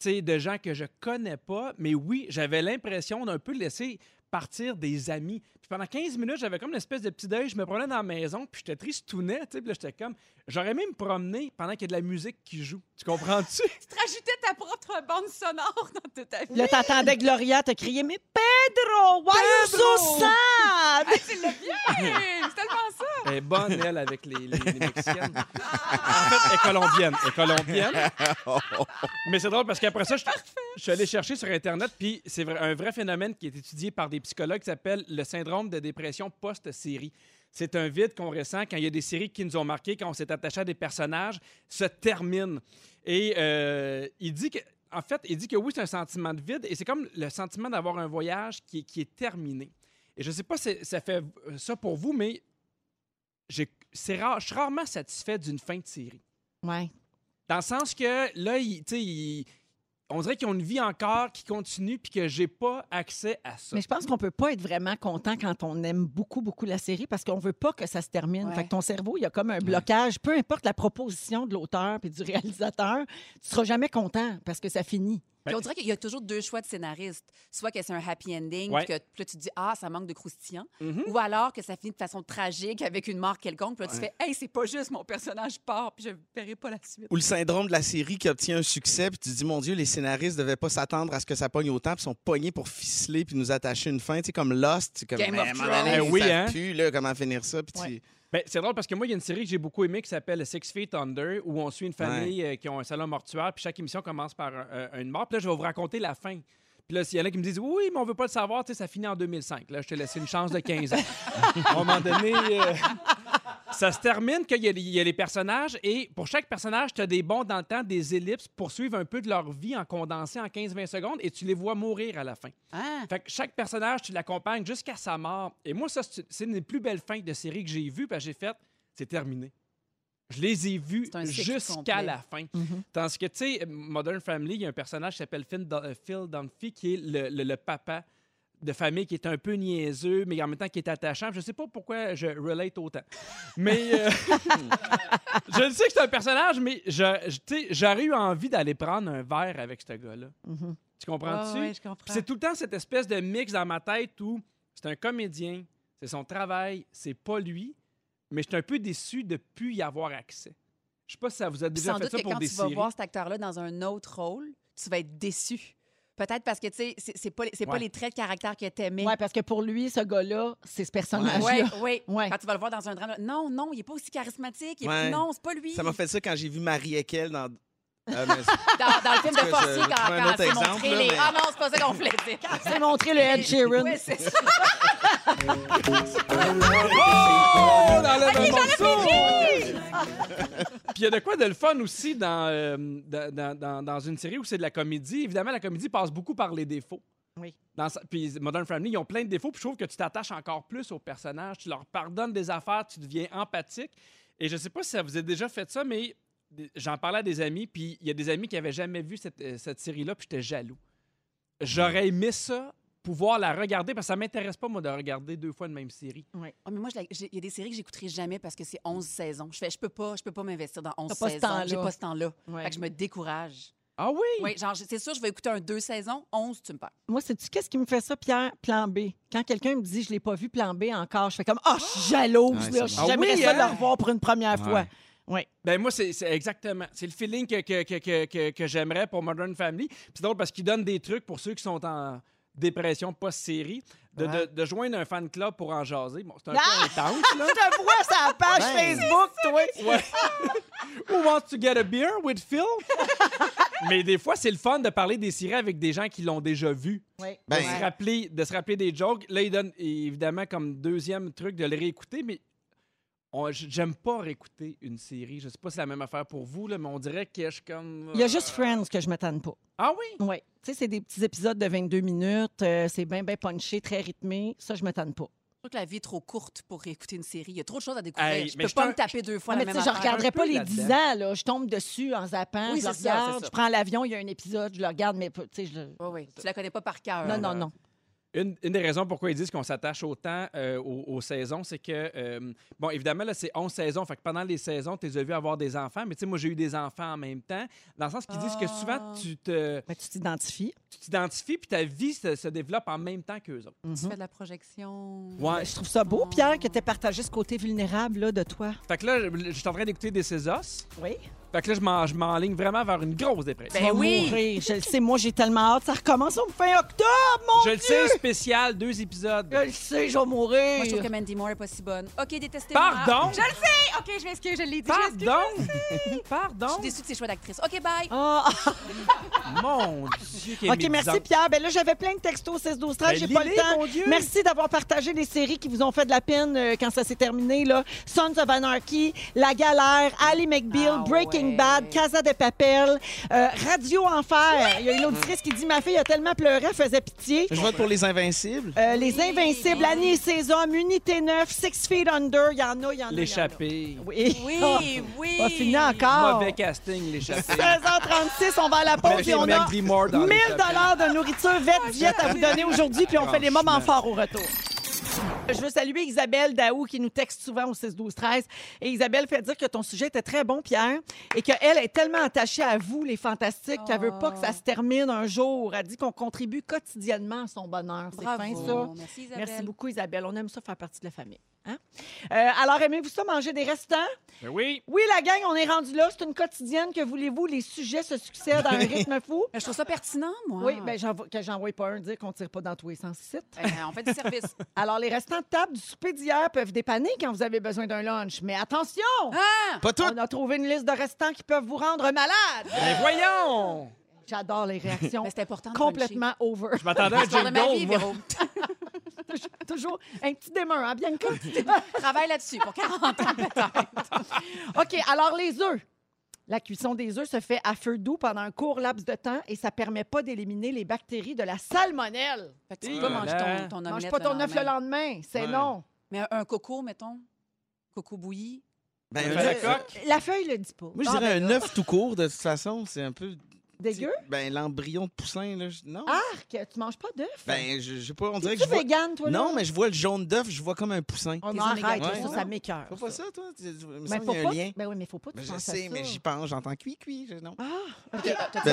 Tu sais, de gens que je connais pas, mais oui, j'avais l'impression d'un peu laisser partir des amis. Puis pendant 15 minutes, j'avais comme une espèce de petit deuil. Je me promenais dans la maison, puis j'étais tristounais, tu sais, puis là, j'étais comme, j'aurais aimé me promener pendant qu'il y a de la musique qui joue. Tu comprends-tu? Tu te rajoutais ta propre bande sonore dans toute ta vie. Là, t'entendais Gloria te crier Mais Pedro, why you so Pedro! sad? Ah, tu l'as bien! C'est tellement ça! Elle est bonne, elle, avec les, les- les Mexicaines. En fait, elle est colombienne. Elle est colombienne. Mais c'est drôle parce qu'après ça, je, je suis allé chercher sur Internet, puis c'est vrai- un vrai phénomène qui est étudié par des psychologues qui s'appelle le syndrome de dépression post-série. C'est un vide qu'on ressent quand il y a des séries qui nous ont marqués, quand on s'est attaché à des personnages, se termine. Et euh, il dit que. En fait, il dit que oui, c'est un sentiment de vide et c'est comme le sentiment d'avoir un voyage qui, qui est terminé. Et je sais pas si ça fait euh, ça pour vous, mais j'ai- c'est rare, je suis rarement satisfait d'une fin de série. Ben, Ouais. Dans le sens que là, ils- tu sais, ils- on dirait qu'ils ont une vie encore qui continue puis que j'ai pas accès à ça. Mais je pense qu'on peut pas être vraiment content quand on aime beaucoup, beaucoup la série parce qu'on veut pas que ça se termine. Ouais. Fait que ton cerveau, il y a comme un blocage. Peu importe la proposition de l'auteur puis du réalisateur, tu seras jamais content parce que ça finit. Puis on dirait qu'il y a toujours deux choix de scénariste. Soit que c'est un happy ending, Ouais. puis que puis là, tu te dis Ah, ça manque de croustillant. Mhm. Ou alors que ça finit de façon tragique avec une mort quelconque. Puis là, tu Ouais. fais Hey, c'est pas juste, mon personnage part, puis je verrai pas la suite. Ou le syndrome de la série qui obtient un succès, puis tu te dis, mon Dieu, les scénaristes devaient pas s'attendre à ce que ça pogne autant, puis sont pognés pour ficeler, puis nous attacher une fin. Tu sais, comme Lost, c'est comme, Game of Mais à un moment donné, Thrones. ils Eh oui, savent hein. plus, là, comment finir ça. Puis tu- Ouais. Ben, c'est drôle parce que moi, il y a une série que j'ai beaucoup aimée qui s'appelle Six Feet Under où on suit une famille euh, qui ont un salon mortuaire puis chaque émission commence par un- un- une mort. Puis là, je vais vous raconter la fin. Puis là, s'il y en a qui me disent Oui, mais on veut pas le savoir, tu sais, ça finit en 2005. Là, je te laissé une chance de 15 ans. à un moment donné, euh, ça se termine qu'il y, a les- il y a les personnages et pour chaque personnage, tu as des bons dans le temps, des ellipses, poursuivent un peu de leur vie en condensé en 15-20 secondes et tu les vois mourir à la fin. Ah, Fait que chaque personnage, tu l'accompagnes jusqu'à sa mort. Et moi, ça, c'est c'est une des plus belles fins de série que j'ai vues, parce que j'ai fait, c'est terminé. Je les ai vus C'est un cycle jusqu'à complet. Mm-hmm. la fin. Tandis que, tu sais, Modern Family, il y a un personnage qui s'appelle Phil, Dun- euh, Phil Dunphy, qui est le, le- le papa de famille qui est un peu niaiseux, mais en même temps qui est attachant. Je sais pas pourquoi je relate autant. Mais euh, je sais que c'est un personnage, mais je- je- tu sais, j'aurais eu envie d'aller prendre un verre avec ce gars-là. Mhm. Tu comprends-tu? Mm-hmm. Ah, ouais, ouais, je Puis comprends. C'est tout le temps cette espèce de mix dans ma tête où c'est un comédien, c'est son travail, c'est pas lui, mais je suis un peu déçu de plus y avoir accès. Je sais pas si ça vous a Puis déjà sans fait doute ça que pour quand des tu vas séries. voir cet acteur-là dans un autre rôle, tu vas être déçu. Peut-être parce que, tu sais, c'est c'est pas, les- c'est pas Ouais. les traits de caractère que t'aimais. Ouais, parce que pour lui, ce gars-là, c'est ce personnage-là. Oui, oui. Ouais. Quand tu vas le voir dans un drame, non, non, il est pas aussi charismatique. il est- Ouais. Non, c'est pas lui. Ça m'a fait ça quand j'ai vu Marie Ekel dans. Euh, mais- Dans, dans le film de Parce que je- Fortier, je quand, prends un quand autre c'est exemple, montré là, les. mais- Ah non, c'est pas ça qu'on voulait dire. C'est montrer le Ed Sheeran. Ouais, c'est ça. Oh, on enlève un morceau! Puis il y a de quoi de le fun aussi dans, euh, dans, dans- dans- dans une série où c'est de la comédie. Évidemment, la comédie passe beaucoup par les défauts. Oui. Dans sa- puis Modern Family, ils ont plein de défauts. Puis je trouve que tu t'attaches encore plus aux personnages. Tu leur pardonnes des affaires, tu deviens empathique. Et je sais pas si ça vous a déjà fait ça, mais des- j'en parlais à des amis. Puis il y a des amis qui avaient jamais vu cette, euh, cette série-là. Puis j'étais jaloux. J'aurais aimé ça, pouvoir la regarder, parce que ça m'intéresse pas, moi, de regarder deux fois une même série. Ah, mais moi, je la- j'ai- il y a des séries que j'écouterai jamais parce que c'est 11 saisons. Je fais, je peux pas, je peux pas m'investir dans 11 T'as pas ce saisons. temps-là. J'ai pas ce temps-là. Ouais. Fait que je me décourage. Ah oui! Oui, genre, je- c'est sûr, je vais écouter un deux saisons, 11, tu me perds. Moi, sais-tu qu'est-ce qui me fait ça, Pierre? Plan B. Quand quelqu'un me dit, je l'ai pas vu, plan B encore, je fais comme, ah, je suis jalouse, Ouais, là. c'est bon. J'aimerais Ah oui, ça hein? le revoir pour une première fois. Ouais. Ben moi, c'est c'est exactement. C'est le feeling que, que, que, que, que- que j'aimerais pour Modern Family. Puis C'est drôle parce qu'il donne des trucs pour ceux qui sont en dépression post-série, de, Ouais. de- de joindre un fan club pour en jaser. Bon, c'est un peu intense, là. Je te vois sur la page Ben, Ouais. Facebook, toi. Who wants to get a beer with Phil? Mais des fois, c'est le fun de parler des séries avec des gens qui l'ont déjà vu. Oui. Ben, De, se rappeler, de se rappeler des jokes. Là, il donne évidemment comme deuxième truc de le réécouter, mais on- j- j'aime pas réécouter une série. Je sais pas si c'est la même affaire pour vous, là, mais on dirait que je suis comme. Il y euh, a juste Friends que je ne m'attends pas. Ah oui? Oui. Tu sais, c'est des petits épisodes de 22 minutes. euh, c'est bien, bien punché, très rythmé. Ça, je ne m'attends pas. Je trouve que la vie est trop courte pour réécouter une série. Il y a trop de choses à découvrir. Hey, je mais peux je pas t'en- me taper deux fois Ouais, la mais même tu sais, je affaire. regarderai un peu pas les là-dedans. 10 ans. Là. Je tombe dessus en zappant. Oui, je le c'est ça, regarde. c'est ça. Je prends l'avion, il y a un épisode, je le regarde, mais tu sais, je... le- Oui, oui. Tu la connais pas par Ah, cœur. Non, non, non. Une, une des raisons pourquoi ils disent qu'on s'attache autant euh, aux, aux saisons, c'est que, euh, bon, évidemment, là, c'est 11 saisons. Fait que pendant les saisons, tu les as vus avoir des enfants. Mais tu sais, moi, j'ai eu des enfants en même temps. Dans le sens qu'ils disent que souvent, Ah. tu te- Mais tu t'identifies. tu t'identifies puis ta vie se, se développe en même temps qu'eux autres. Tu Mhm. fais de la projection. Ouais. Je trouve ça beau, Pierre, que tu aies partagé ce côté vulnérable là, de toi. Fait que là, je je suis en train d'écouter des Césos. Oui. Fait que là, je m'en- je m'enligne vraiment vers une grosse dépression. Ben oui. Mourir. Je le sais, moi, j'ai tellement hâte. Ça recommence au fin octobre, Ben, mon je le Dieu! Euh, sais, spécial, deux épisodes. Je le sais, je vais mourir. Moi, je trouve que Mandy Moore est pas si bonne. OK, détestez-moi. Pardon? Je le sais! OK, je m'excuse, je l'ai dit. Je m'excuse. Pardon? Je Pardon? suis déçue de ses choix d'actrice. OK, bye. Ah, Mon Dieu, qu'elle est OK, merci médisante. Pierre. Ben là, j'avais plein de textos 16 12 13, Ben, j'ai pas le lis-les, mon Dieu. temps. Merci d'avoir partagé les séries qui vous ont fait de la peine euh, quand ça s'est terminé là. Sons of Anarchy, La Galère, Ali McBeal, Ah Breaking ouais. Bad, Casa de Papel, euh, Radio Enfer. Il y a une auditrice qui dit ma fille a tellement pleuré, elle faisait pitié. Je vote pour les Invincibles. Euh, les Invincibles, Annie et ses hommes, Unité 9, Six Feet Under, il y en a, il y en a. il y en a. L'échappée. Oui. Ah, Oui, oui. Pas fini encore. Mauvais casting, l'échappée. Ben 16h36, on va à la pause et on a 1000 Maggie Moore dans les dollars de nourriture Oh, vette diète à vous donner aujourd'hui, puis on fait les moments forts au retour. Je veux saluer Isabelle Daou qui nous texte souvent au 6 12 13 et Isabelle fait dire que ton sujet était très bon Pierre et qu'elle est tellement attachée à vous les fantastiques qu'elle veut pas que ça se termine un jour. Elle dit qu'on contribue quotidiennement à son bonheur. C'est Bravo. fin ça. Merci, Isabelle. Merci beaucoup Isabelle, on aime ça faire partie de la famille. hein? Euh, alors aimez-vous ça manger des restants? Ben oui. Oui, la gang, on est rendu là. C'est une quotidienne que voulez-vous. Les sujets se succèdent à un rythme fou. Mais Ben, Je trouve ça pertinent, moi. Oui, ben, bien, que j'en vois pas un dire qu'on tire pas dans tous les sens ici. Ben, on fait du service. Alors, les restants de table du souper d'hier peuvent dépanner quand vous avez besoin d'un lunch. Mais attention! Ah. Pas toutes. On a trouvé une liste de restants qui peuvent vous rendre malade. Ben voyons! J'adore les réactions. Mais Ah. Ben, c'est important de Complètement over. Je m'attendais à un L'histoire de jingle, ma vie, moi. Véro. Toujours un petit démon, hein, Bianca? Travaille là-dessus pour 40 ans. OK, alors les œufs. La cuisson des œufs se fait à feu doux pendant un court laps de temps et ça permet pas d'éliminer les bactéries de la salmonelle. Fait que tu peux pas Et manger voilà. ton, ton omelette. Mange pas ton œuf le lendemain, c'est Ouais. non. Mais un, un coco, mettons. Coco bouilli. Ben, Fais un la œuf- coque. Euh, La feuille le dit pas. Moi, je Ah, dirais ben, un œuf tout court, de toute façon. C'est un peu. Dégueu? Ah. Ben, l'embryon de poussin, là. je- Non. Marc, tu manges pas d'œuf? Ben, je je sais pas. On dirait que tu je vois. végane, toi, là? Non, mais je vois le jaune d'œuf, je vois comme un poussin. On T'es arrête, oméga là, trois. ça, Ouais, ça non. m'écœure. Faut pas ça, toi? Tu- tu- Il me Mais semble faut qu'il y a pas- un lien. Ben oui, mais faut pas que Ben, tu je penses à sais, mais ça. Ah. j'y pense. J'entends cuit-cuit. je- Non. T'as dit la Ben,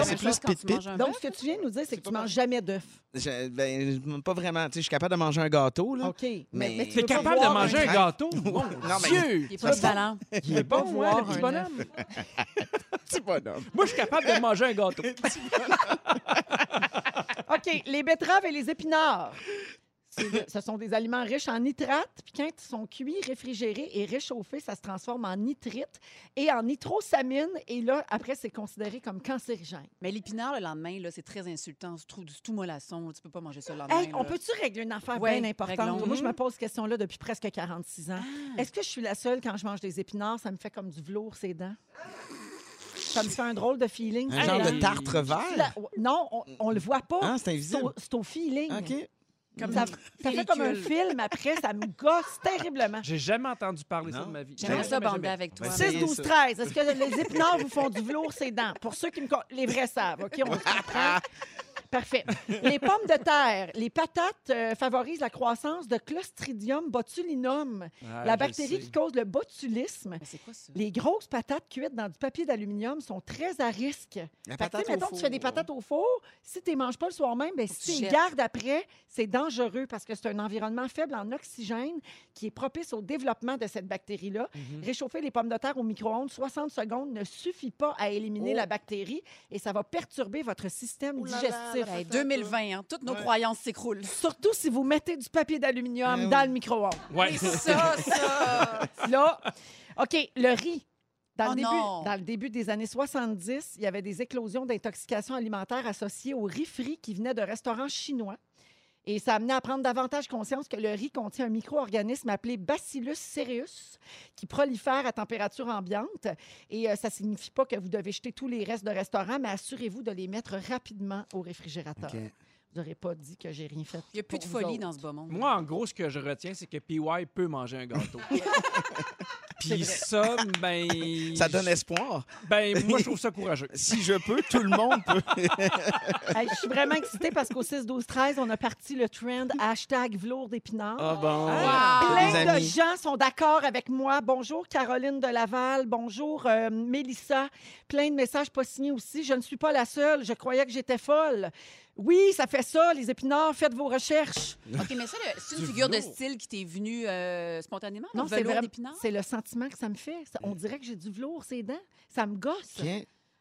c'est même plus chose quand tu pit-pit. manges un Donc, bœuf? ce que tu viens de nous dire, c'est que tu pas manges jamais d'œuf. Je- ben, pas vraiment. Tu sais, je suis capable de manger un gâteau, là. OK. Mais, Mais- mais tu T'es veux pas capable de voir manger un crack. gâteau? Mon mais- Dieu! Il est pas valant. Il est pas bon, moi, le voir petit un bonhomme. C'est pas non. Moi, je suis capable de manger un gâteau. OK, les betteraves et les épinards. C'est- Ce sont des aliments riches en nitrates, puis quand ils sont cuits, réfrigérés et réchauffés, ça se transforme en nitrite et en nitrosamine, et là, après, c'est considéré comme cancérigène. Mais l'épinard, le lendemain, là, c'est très insultant. C'est tout, c'est tout mollasson. Tu peux pas manger ça le lendemain. Hey, on là. peut-tu régler une affaire Ouais, bien importante? réglons. Moi, je me pose cette question-là depuis presque 46 ans. Est-ce que je suis la seule, quand je mange des épinards, ça me fait comme du velours, ses dents? Ça me fait un drôle de feeling. Un ces genre dents. de tartre La- vert. Non, on, on le voit pas. Ah, c'est C'est invisible. au, c'est au feeling. OK. Comme ça, une ça fait comme un pellicule. film après, ça me gosse terriblement. J'ai jamais entendu parler ça Non. de ma vie. J'aimerais Jamais, ça bander jamais. avec toi. Ben, mais- c'est- 6, 12, 13. Est-ce que les épinards vous font du velours ses dents? Pour ceux qui me... con- Les vrais savent, OK? On se comprend. Parfait. Les pommes de terre, les patates euh, favorisent la croissance de Clostridium botulinum, Ah, je la le bactérie sais. qui cause le botulisme. Mais c'est quoi ça? Les grosses patates cuites dans du papier d'aluminium sont très à risque. La Fait que, tu sais, mettons, que tu fais des patates au four, si tu les manges pas le soir même, ben, si que tu tu les jettes. gardes après, c'est dangereux parce que c'est un environnement faible en oxygène qui est propice au développement de cette bactérie-là. Réchauffer les pommes de terre au micro-ondes 60 secondes ne suffit pas à éliminer la bactérie et ça va perturber votre système digestif. c'est Hey, 2020, hein, toutes nos croyances s'écroulent. Surtout si vous mettez du papier d'aluminium Eh oui. dans le micro-ondes. Ouais. Et ça, ça! Là, OK, le riz. Dans, Oh le début, non. dans le début des années 70, il y avait des éclosions d'intoxication alimentaire associées au riz frit qui venait de restaurants chinois. Et ça amenait à prendre davantage conscience que le riz contient un micro-organisme appelé Bacillus cereus qui prolifère à température ambiante. Et euh, ça ne signifie pas que vous devez jeter tous les restes de restaurant, mais assurez-vous de les mettre rapidement au réfrigérateur. OK. Vous n'aurez pas dit que j'ai rien fait. Il n'y a plus de folie dans ce bas monde. Moi, en gros, ce que je retiens, c'est que PY peut manger un gâteau. Puis ça, ben. Ça donne espoir. Ben, moi, je trouve ça courageux. Si je peux, tout le monde peut. Hey, je suis vraiment excitée parce qu'au 6, 12, 13, on a parti le trend hashtag velours d'épinards. Ah bon. Wow. Tous les Plein de amis. gens sont d'accord avec moi. Bonjour Caroline de Laval, bonjour euh, Mélissa. Plein de messages pas signés aussi. Je ne suis pas la seule. Je croyais que j'étais folle. Oui, ça fait ça, les épinards. Faites vos recherches. OK, mais ça, le- c'est une Du figure de velours. style qui t'est venue euh, spontanément? Non, le c'est velours vrai- d'épinard? C'est le sentiment que ça me fait. Ça- On dirait que j'ai du velours, ses dents. Ça me gosse. OK.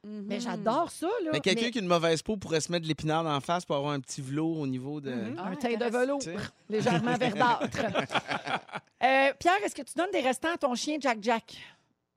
Mhm. Mais j'adore ça, là. Mais quelqu'un Mais qui a une mauvaise peau pourrait se mettre de l'épinard en face pour avoir un petit velours au niveau de. Mhm. Ah, Un teint de intéressant. velours, Tu sais. légèrement verdâtre. Euh, Pierre, est-ce que tu donnes des restants à ton chien Jack Jack?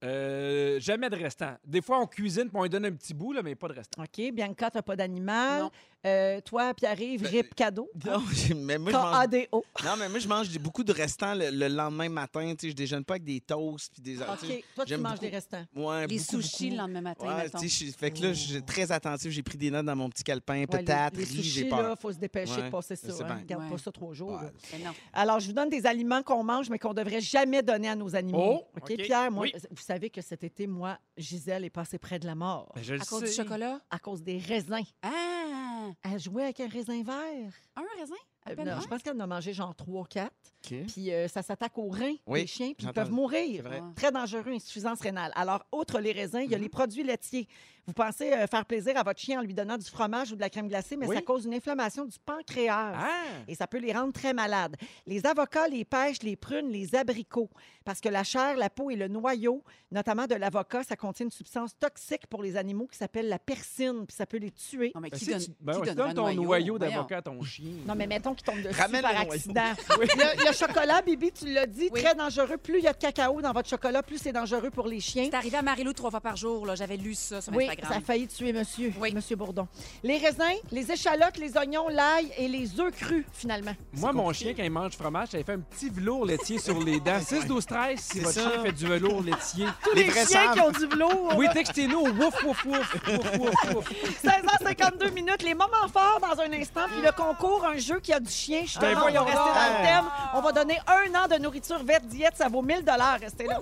Euh, jamais de restant. Des fois, on cuisine puis on lui donne un petit bout, là, mais pas de restant. OK. Bianca, t'as pas d'animal. Non. Euh, toi, Pierre-Yves, RIP cadeau. Ben, Non, j'ai- mais moi, je mange... K-A-D-O. non, mais moi, je mange des- beaucoup de restants le, le lendemain matin. Tu sais, je déjeune pas avec des toasts puis des. Ah, tu sais, OK. Toi, tu j'aime manges beaucoup. des restants. Ouais, Les beaucoup, sushis beaucoup. le lendemain matin, Ouais, mettons. tu sais, je suis- fait que là, je suis très attentif. J'ai pris des notes dans mon petit calepin. Ouais, les- Peut-être, les, riz, sushis, j'ai là, peur. faut se dépêcher de Ouais, passer je ça. sais hein. bien. Garde pas Ouais. ça trois jours. Ouais. là. Mais non. Alors, je vous donne des aliments qu'on mange, mais qu'on devrait jamais donner à nos animaux. Oh, OK, OK. Pierre, moi, Oui. vous savez que cet été, moi, Gisèle est passée près de la mort Ben, je le À cause du sais. chocolat? à cause des raisins. Ah! Elle jouait avec un raisin vert. Un raisin? À Euh, peine non, un? je pense qu'elle en a mangé genre 3 quatre. OK. Puis euh, ça s'attaque aux reins Oui, des chiens, puis ils j'entends- peuvent c'est mourir. vrai. Mhm. Ouais. Très dangereux, insuffisance rénale. Alors, outre les raisins, il y a les produits laitiers. Vous pensez euh, faire plaisir à votre chien en lui donnant du fromage ou de la crème glacée, mais Oui. ça cause une inflammation du pancréas. Ah! Et ça peut les rendre très malades. Les avocats, les pêches, les prunes, les abricots. Parce que la chair, la peau et le noyau, notamment de l'avocat, ça contient une substance toxique pour les animaux qui s'appelle la persine, puis ça peut les tuer. Non, mais Ben, qui si donne, tu- ben, qui ouais, tu donnerait donnes ton un noyau Voyons. d'avocat à ton chien. Non, mais mettons qu'ils tombent dessus Ramène par le noyau. accident. le, le chocolat, Bibi, tu l'as dit, Oui. très dangereux. Plus il y a de cacao dans votre chocolat, plus c'est dangereux pour les chiens. C'est arrivé à Marilou trois fois par jour. là. J'avais lu ça sur Oui, ça a Instagram. failli tuer monsieur, Oui. monsieur Bourdon. Les raisins, les échalotes, les oignons, l'ail et les œufs crus, finalement. Moi, mon chien, quand il mange du fromage, j'avait fait un petit velours laitier sur les dents. 6, 12, 13, si votre ça. chien fait du velours laitier. Tous Les les, vrais chiens sables. qui ont du velours. Oui, textez-nous au wouf, wouf, wouf, wouf, wouf, wouf. 16h52 minutes, les moments forts dans un instant, puis le concours, un jeu qui a du chien, Ben justement, on va voyons rester donc. dans le thème. On va donner un an de nourriture verte diète, ça vaut 1000 restez là.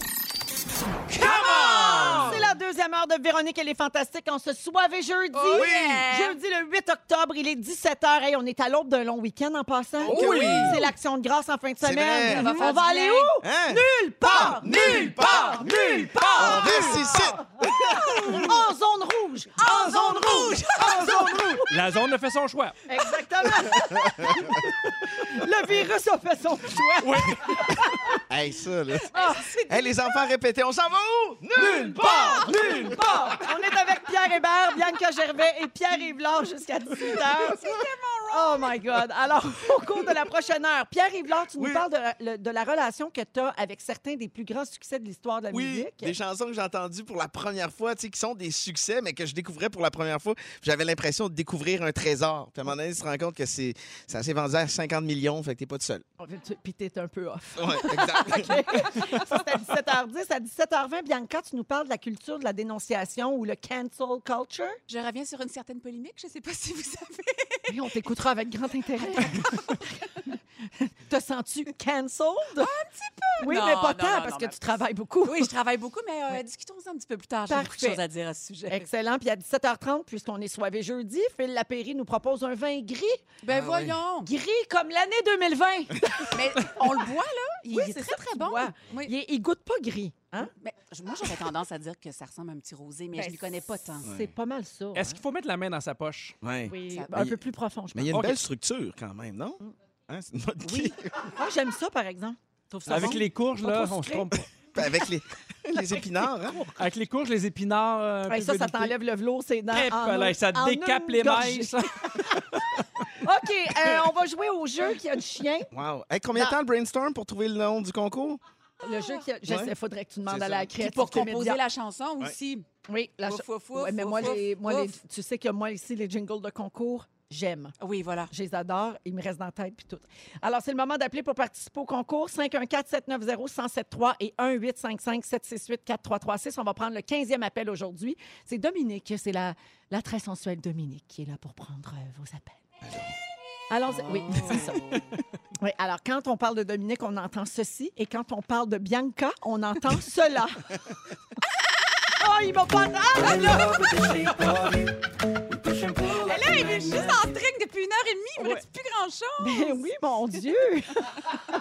C'est la deuxième heure de Véronique et les Fantastiques. On se soivé jeudi. Oh yeah! Jeudi le 8 octobre, il est 17h. Hey, on est à l'aube d'un long week-end en passant. Oh oui! C'est l'action de grâce en fin de C'est semaine. vrai. Ça va On faire va du aller bien. où? Hein? Nulle part! Nulle part! Nulle part! On reste ici! En zone rouge! En zone rouge! En zone rouge! La zone a fait son choix. Exactement! le virus a fait son choix. Hey, ça, là. Hey, les enfants, répétez, on s'en va où? Nulle part! Nulle Bon, on est avec Pierre Hébert, Bianca Gervais et Pierre Yvelard jusqu'à 18h. Oh my God. Alors, au cours de la prochaine heure, Pierre Yvelard, tu nous Oui. parles de la, le- de la relation que tu as avec certains des plus grands succès de l'histoire de la Oui, musique. des chansons que j'ai entendues pour la première fois, tu sais, qui sont des succès, mais que je découvrais pour la première fois. J'avais l'impression de découvrir un trésor. Puis à un moment donné, tu te rends compte que c'est, ça s'est vendu à 50 millions, fait que t'es pas tout seul. Oh, Puis t'es un peu off. Ouais, exact. Ça, c'est à 17h10. À 17h20, Bianca, tu nous parles de la culture de la dénonciation ou le cancel culture. Je reviens sur une certaine polémique. Je ne sais pas si vous savez. Oui, on t'écoutera avec grand intérêt. Te sens-tu cancelled? Un petit peu. Oui, Non, mais pas non, tant, non, parce non, que mais- tu travailles beaucoup. Oui, je travaille beaucoup, mais euh, discutons-en un petit peu plus tard. J'ai beaucoup de Parfait. choses à dire à ce sujet. Excellent. Puis à 17h30, puisqu'on est soivé jeudi, Phil Lapéry nous propose un vin gris. Ah, Ben voyons. Gris comme l'année 2020. Mais on le boit, là. Il Oui, est c'est très, ça que très tu bon. bois. Oui. il, est- il goûte pas gris. Hein? Mais je- moi, j'aurais tendance à dire que ça ressemble à un petit rosé, mais je ne Ben, lui connais pas tant. C'est pas mal ça. Est-ce hein? qu'il faut mettre la main dans sa poche? Ouais. Oui, Ça- un Mais- peu plus profond, je Mais pense. il y a une Ok. belle structure quand même, non? Hein, c'est une bonne Oui. Ah, j'aime ça, par exemple. Je trouve ça Avec bon. les courges, Pas là, trop on se sucré. trompe pas. Avec les, les épinards, hein? Avec les courges, les épinards. euh, un Hey, peu ça, ça veloutés. t'enlève le velours, c'est dans. Eh, en palais, une- ça en décape une les gorgée. mailles, ça. OK, euh, on va jouer au jeu qui a du chien. Wow. Hey, combien de temps le brainstorm pour trouver le nom du concours? Le jeu qui a... Je Ouais. sais, faudrait que tu demandes C'est à la ça. Puis créativité pour composer média. la chanson aussi. Oui, la... Ouf, cha- ouf, ouf, Ouais, mais ouf, moi, ouf, les, moi les- ouf. tu sais que moi, ici, les jingles de concours, j'aime. Oui, voilà. Je les adore. Ils me restent dans la tête, puis tout. Alors, c'est le moment d'appeler pour participer au concours. 514-790-1073 et 1-855-768-4336. On va prendre le 15e appel aujourd'hui. C'est Dominique. C'est la, la très sensuelle Dominique qui est là pour prendre euh, vos appels. Alors, oui, c'est ça. Oui, alors quand on parle de Dominique, on entend ceci. Et quand on parle de Bianca, on entend cela. Ah! Oh, il m'a pas... Ah, ben là! Mais là, il est juste en train depuis une heure et demie. Il me Ouais. reste plus grand-chose. Ben oui, mon Dieu! Ah!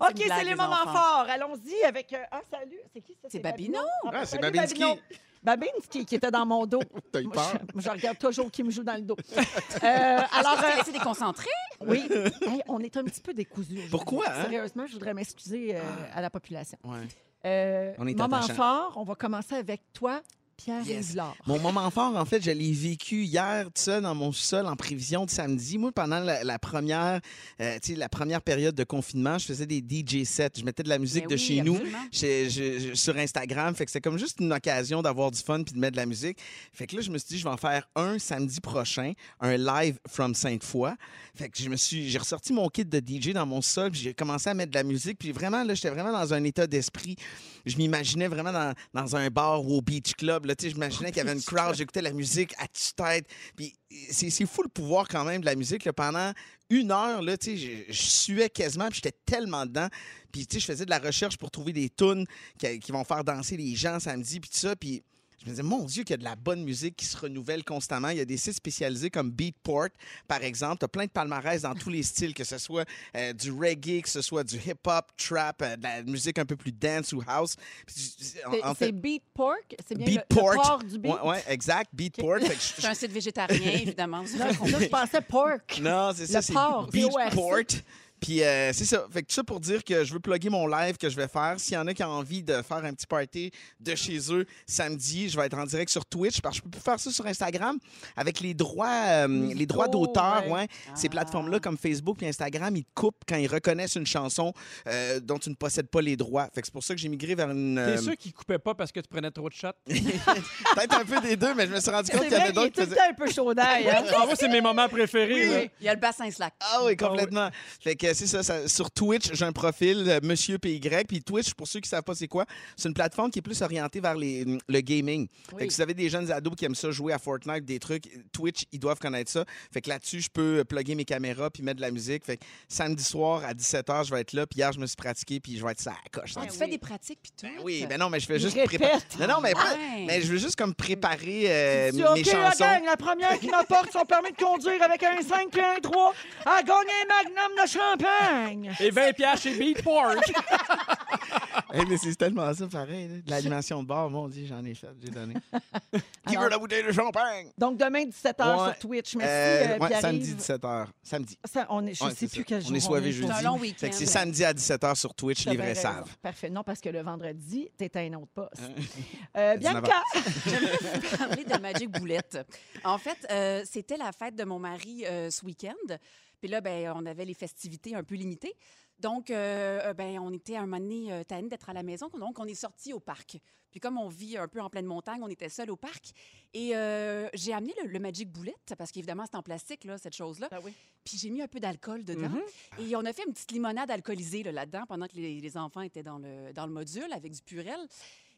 OK, une blague, c'est les les moments enfants. forts. Allons-y avec. euh, ah, salut! C'est qui ça? C'est Babineau. ben, Ah, c'est salut, Babinski. Babineau. Babinski, qui était dans mon dos. T'as eu Moi, peur? je, moi, je regarde toujours qui me joue dans le dos. Euh, alors, Alors, euh, je t'ai déconcentré. oui, Hey, on est un petit peu décousus. aujourd'hui. Pourquoi, hein? Sérieusement, je voudrais m'excuser euh, à la population. Ouais. Euh, On est moment attachant. fort, on va commencer avec toi, Pierre Yes. Rivelard. Mon moment fort, en fait, je l'ai vécu hier, tout seul, dans mon sol, en prévision de samedi. Moi, pendant la, la première, euh, tu sais, la première période de confinement, je faisais des DJ sets. Je mettais de la musique Ben de oui, chez nous. absolument. chez- je- je- sur Instagram. Fait que c'est comme juste une occasion d'avoir du fun puis de mettre de la musique. Fait que là, je me suis dit, je vais en faire un samedi prochain, un live from Sainte-Foy. Fait que je me suis, j'ai ressorti mon kit de DJ dans mon sol puis j'ai commencé à mettre de la musique. Puis vraiment, là, j'étais vraiment dans un état d'esprit. Je m'imaginais vraiment dans, dans un bar ou au beach club. Là, tu sais, j'imaginais qu'il y avait une crowd, j'écoutais la musique à tue-tête. Puis c'est, c'est fou le pouvoir quand même de la musique. là. Pendant une heure, là, tu sais, je, je suais quasiment, puis j'étais tellement dedans. Puis, tu sais, je faisais de la recherche pour trouver des tunes qui, qui vont faire danser les gens samedi, puis tout ça. Puis, je me disais, mon Dieu, qu'il y a de la bonne musique qui se renouvelle constamment. Il y a des sites spécialisés comme Beatport, par exemple. Tu as plein de palmarès dans tous les styles, que ce soit euh, du reggae, que ce soit du hip-hop, trap, euh, de la musique un peu plus dance ou house. Puis, en- C'est en c'est fait, Beat Pork, c'est bien le- Beatport. le, porc du beat. Ouais, ouais, exact. Beatport. Fait que je- C'est un site végétarien, évidemment. Vous aurez Là, je compris. pensais pork. Non, c'est ça, Le c'est port, P-O-R-C. Beachport. Puis euh, c'est ça. Fait que tout ça pour dire que je veux plugger mon live que je vais faire. S'il y en a qui ont envie de faire un petit party de chez eux samedi, je vais être en direct sur Twitch parce que je peux plus faire ça sur Instagram avec les droits, euh, les droits Oh, d'auteur. ouais. Ah. Ouais. Ces plateformes-là comme Facebook et Instagram, ils te coupent quand ils reconnaissent une chanson euh, dont tu ne possèdes pas les droits. Fait que c'est pour ça que j'ai migré vers une T'es euh, sûr qu'il coupait pas parce que tu prenais trop de shots? Ah peut-être un peu des deux, mais je me suis rendu C'est compte qu'il y en vrai, avait il est d'autres tout qui le faisaient. temps un peu chaud d'ail. hein? Ah, moi, c'est mes moments préférés. là. Il y a le bassin slack. Ah oui, complètement. Fait que c'est ça, ça- Sur Twitch, j'ai un profil euh, Monsieur PY. Puis Twitch, pour ceux qui savent pas c'est quoi, c'est une plateforme qui est plus orientée vers les- hum, le gaming. Fait que si vous avez des jeunes ados qui aiment ça, jouer à Fortnite, des trucs, Twitch, ils doivent connaître ça. Fait que là-dessus, je peux euh, plugger mes caméras puis mettre de la musique. Fait que samedi soir à 17h, je vais être là. Puis hier, je me suis pratiqué puis je vais être ça à coche. Ah, tu fais des pratiques, puis tout. Ben oui, ben non, mais je fais Il juste répète. préparer. Non, non, mais, pas- Ouais. mais je veux juste comme préparer euh, Tu dis, mes OK, la chansons. gang, la première qui m'apporte son permis de conduire avec un 5 et un 3 a gagné Ah, un magnum de champagne. Et 20 piastres chez Beatport. Hey, Eh, mais c'est tellement ça, pareil. là. De l'animation de bar, mon Dieu, j'en ai fait, j'ai donné. Qui Alors- veut la bouteille de champagne? Donc, demain, 17h Ouais. sur Twitch. Euh, Merci, euh, ouais, Pierre-Yves. samedi 17h. Samedi. Ça, on est, je Ouais, sais c'est plus ça. quel jour. On est soivé jeudi. C'est un long week-end. Fait que c'est samedi à 17h sur Twitch, T'as les bien vrais raison. savent. Parfait. Non, parce que le vendredi, t'es à un autre poste. Euh, Bianca, 19h. parler de Magic Boulette. En fait, euh, c'était la fête de mon mari euh, ce week-end. Puis là, ben, on avait les festivités un peu limitées. Donc, euh, euh, ben, on était à un moment donné euh, tannés d'être à la maison. Donc, on est sortis au parc. Puis comme on vit un peu en pleine montagne, on était seuls au parc. Et euh, j'ai amené le, le Magic Boulette, parce qu'évidemment, c'est en plastique, là, cette chose-là. Ah oui. Mm-hmm. Puis j'ai mis un peu d'alcool dedans. Et on a fait une petite limonade alcoolisée là, dedans pendant que les, les enfants étaient dans le, dans le module avec du purel.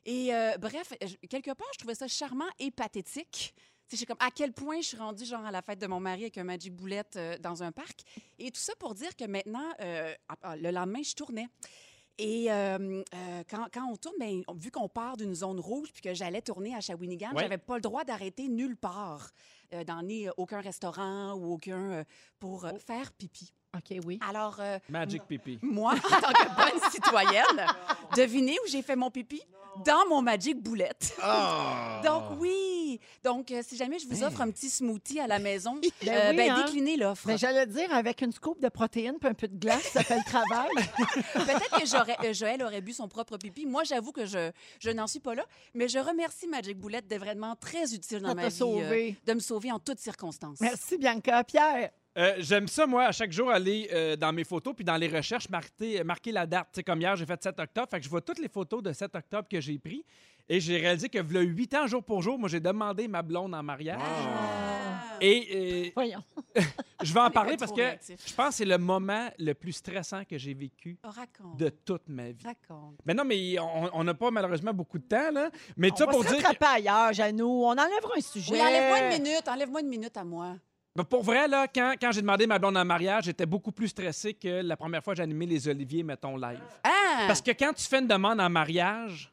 Et euh, bref, je- quelque part, je trouvais ça charmant et pathétique. Tu sais, j'ai comme à quel point je suis rendue genre à la fête de mon mari avec un Magic Boulette euh, dans un parc. Et tout ça pour dire que maintenant, euh, ah, ah, le lendemain, je tournais. Et euh, euh, quand, quand on tourne, ben, on- vu qu'on part d'une zone rouge puis que j'allais tourner à Shawinigan, Ouais. j'avais pas le droit d'arrêter nulle part, euh, dans ni aucun restaurant ou aucun euh, pour euh, faire pipi. OK, oui. Alors, euh, Magic Pipi. moi, en tant que bonne citoyenne, devinez où j'ai fait mon pipi? Dans mon Magic Boulette. Ah! Donc oui, Oui. Donc, euh, si jamais je Ben. vous offre un petit smoothie à la maison, Ben euh, oui, ben, hein. déclinez l'offre. Ben, J'allais dire, avec une scoop de protéines puis un peu de glace, ça fait le travail. Peut-être que j'aurais- euh, Joël aurait bu son propre pipi. Moi, j'avoue que je, je n'en suis pas là, mais je remercie Magic Boulette d'être vraiment très utile dans Ça ma t'a vie. euh, sauvé. de me sauver en toutes circonstances. Merci, Bianca. Pierre, Euh, J'aime ça, moi, à chaque jour, aller euh, dans mes photos puis dans les recherches, marquer, euh, marquer la date. Tu sais, comme hier, j'ai fait 7 octobre. Fait que je vois toutes les photos de 7 octobre que j'ai prises. Et j'ai réalisé que, v'là 8 ans, jour pour jour, moi, j'ai demandé ma blonde en mariage. Ah. Et euh, voyons. je vais en parler pas parce trop que réactif. je pense que c'est le moment le plus stressant que j'ai vécu Oh, raconte. de toute ma vie. Raconte. Mais non, mais on on n'a pas malheureusement beaucoup de temps, là. Mais On ça va pour se dire. que- rattraper ailleurs, Janou. On enlèvera un sujet. Oui, enlève-moi une minute. Enlève-moi une minute à moi. Mais pour vrai, là, quand, quand j'ai demandé ma blonde en mariage, j'étais beaucoup plus stressé que la première fois que j'ai animé les Oliviers, mettons, live. Ah! Parce que quand tu fais une demande en mariage,